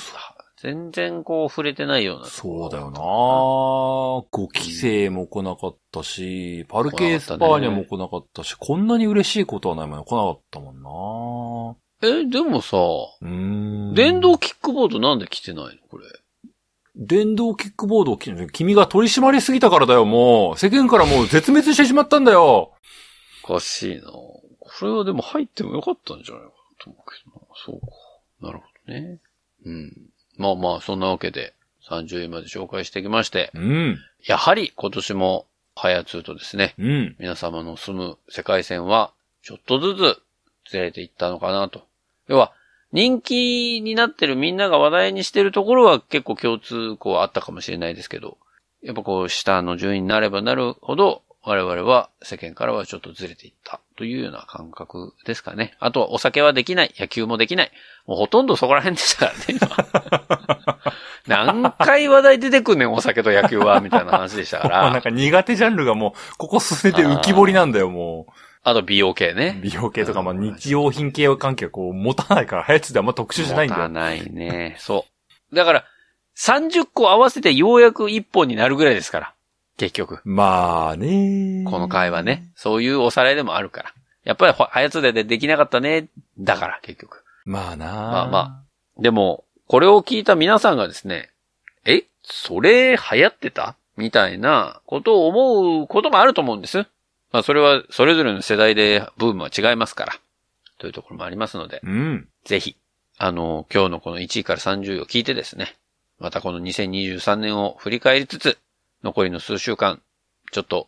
全然こう触れてないような。そうだよなご期生も来なかったし、パルケースパーニャも来なかったし、こんなに嬉しいことはないもんね来なかったもえ、でもさ、んなうーん。電動キックボードなんで来てないのこれ。電動キックボードを着る君が取り締まりすぎたからだよ、もう。世間からもう絶滅してしまったんだよ。おかしいなこれはでも入ってもよかったんじゃないかなと思うけどな。そうか。なるほどね。うん。まあまあ、そんなわけで、30位まで紹介してきまして、うん、やはり今年も、ハヤツーとですね、うん。皆様の住む世界線は、ちょっとずつずれていったのかなと。要は、人気になってるみんなが話題にしてるところは結構共通項はあったかもしれないですけど、やっぱこう下の順位になればなるほど、我々は世間からはちょっとずれていったというような感覚ですかね。あとはお酒はできない、野球もできない。もうほとんどそこら辺でしたからね、今何回話題出てくんねん、お酒と野球は、みたいな話でしたか もうなんら。か苦手ジャンルがもう、ここ進めて浮き彫りなんだよ、もあと美容系ねう。。美容系とか、まあうん日用品系関係はこう、持たないから、早つであんま特殊じゃないんだ持たよ。ないね。そう。だから、30個合わせてようやく1本になるぐらいですから。結局。まあねこの会話ね。そういうおさらいでもあるから。やっぱりほ、はやつででできなかったね。だから、結局。まあなまあまでも、これを聞いた皆さんがですね、え、それ流行ってたみたいなことを思うこともあると思うんです。まあ、それは、それぞれの世代でブームは違いますから。というところもありますので。うん。ぜひ、あの、今日のこの1位から30位を聞いてですね、またこの2023年を振り返りつつ、残りの数週間、ちょっと、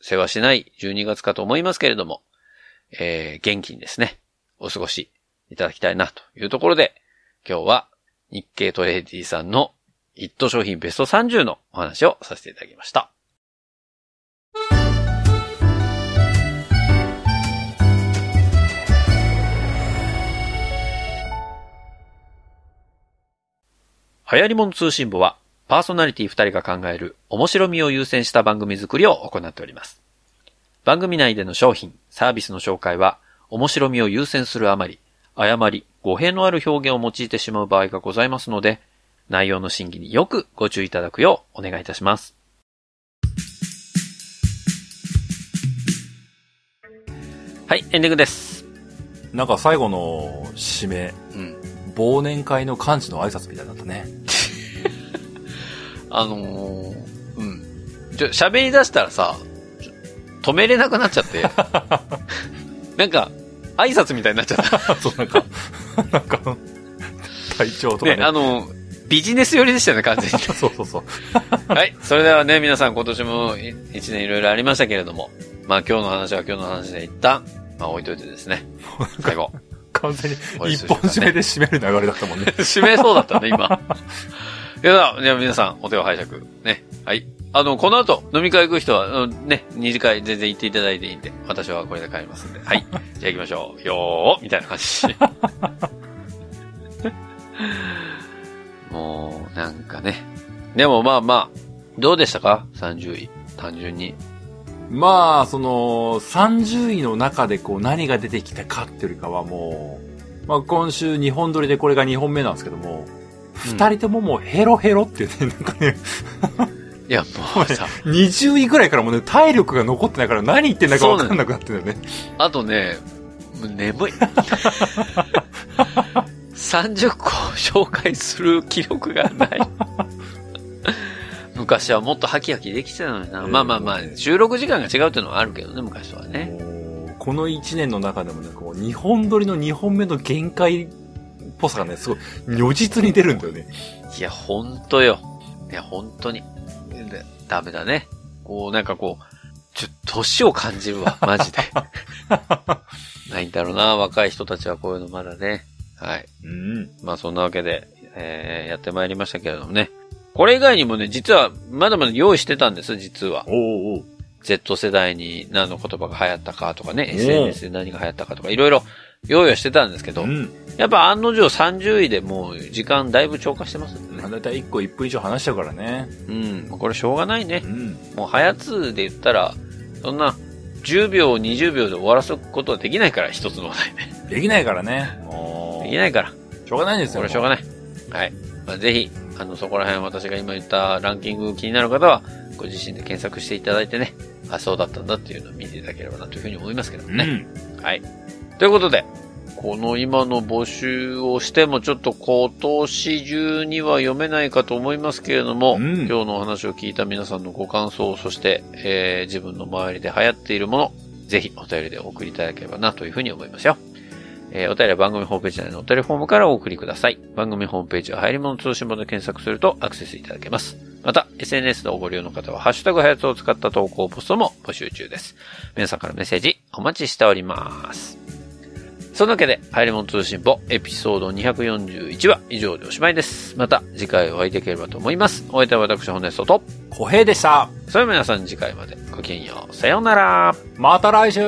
世話しない12月かと思いますけれども、えー、元気にですね、お過ごしいただきたいなというところで、今日は日経トレーディーさんの一等商品ベスト30のお話をさせていただきました。流行り物通信簿は、パーソナリティ2人が考える面白みを優先した番組作りを行っております。番組内での商品、サービスの紹介は、面白みを優先するあまり、誤り、語弊のある表現を用いてしまう場合がございますので、内容の審議によくご注意いただくようお願いいたします。はい、エンディングです。なんか最後の締め、うん。忘年会の幹事の挨拶みたいだったね。 あのー、うん。ちょ、喋り出したらさ、ちょ止めれなくなっちゃって。なんか、挨拶みたいになっちゃった。そう、なんか、なんか、 体調とかね。ね、あの、ビジネス寄りでしたよね、完 全に。そうそうそう。はい。それではね、皆さん今年もい一年いろいろありましたけれども、まあ今日の話は今日の話で一旦、まあ置いといてですね。最後。完全に終わりする時一間ね本締めで締める流れだったも んね。締めそうだったね、今。では、では皆さん、お手を拝借。ね。はい。あの、この後、飲み会行く人は、うんね、二次会全然行っていただいていいんで、私はこれで帰りますんで。はい。じゃあ行きましょう。よーみたいな感じ。 もう、なんかね。でもまあまあ、どうでしたか ?30 位。単純に。 まあ、その、30位の中でこう何が出てきたかっていうよりかはもう、まあ今週2本撮りでこれが2本目なんですけども、うん2人とももうヘロヘロってね、なんかね、 いや、もうさ、 20位ぐらいからもうね、体力が残ってないから何言ってんだか分かんなくなってるよね。あとね、もう眠い。30個紹介する気力がない。昔はもっとハキハキできてたのにな。えーまあまあまあ、収録時間が違うっていうのはあるけどね、昔とはね。もうこの1年の中でもね、こう2本撮りの2本目の限界っぽさがね、すごい、如実に出るんだよね。いや、ほんとよ。いや、ほんとに。でダメだね。こう、なんかこう、ちょ、年を感じるわ、マジで。ないんだろうな、若い人たちはこういうのまだね。はい。うん。まあそんなわけで、えーやってまいりましたけれどもね。これ以外にもね、実は、まだまだ用意してたんです、実は。おうおう Z 世代に何の言葉が流行ったかとかね、おう SNS で何が流行ったかとか、いろいろ用意はしてたんですけどう、ん。やっぱ案の定30位でもう時間だいぶ超過してますんでまあね。だいたい1個1分以上話しちゃうからね。うん、もうこれしょうがないねう。ん。もう早通で言ったら、そんな10秒、20秒で終わらすことはできないから、一つの話題ね。できないからね。もでうきないから。しょうがないんですそよ。れはしょうがない。はい。まあ、ぜひ、あの、そこら辺私が今言ったランキング気になる方は、ご自身で検索していただいてね、あ、そうだったんだっていうのを見ていただければなというふうに思いますけどももうね。はい。ということで、この今の募集をしてもちょっと今年中には読めないかと思いますけれども、うん今日のお話を聞いた皆さんのご感想、そして、えー自分の周りで流行っているもの、ぜひお便りでお送りいただければなというふうに思いますよ。えーお便りは番組ホームページ内のお便りフォームからお送りください。番組ホームページは流行り物通信簿で検索するとアクセスいただけます。また、SNS のご利用の方は、ハッシュタグはやつを使った投稿ポストも募集中です。皆さんからメッセージお待ちしております。そんなわけで、流行り物通信簿エピソード241は以上でおしまいです。また次回お会いできればと思います。お相手は私、ホネストと。小平でした。それでは皆さん次回までごきげんよう。さようなら。また来週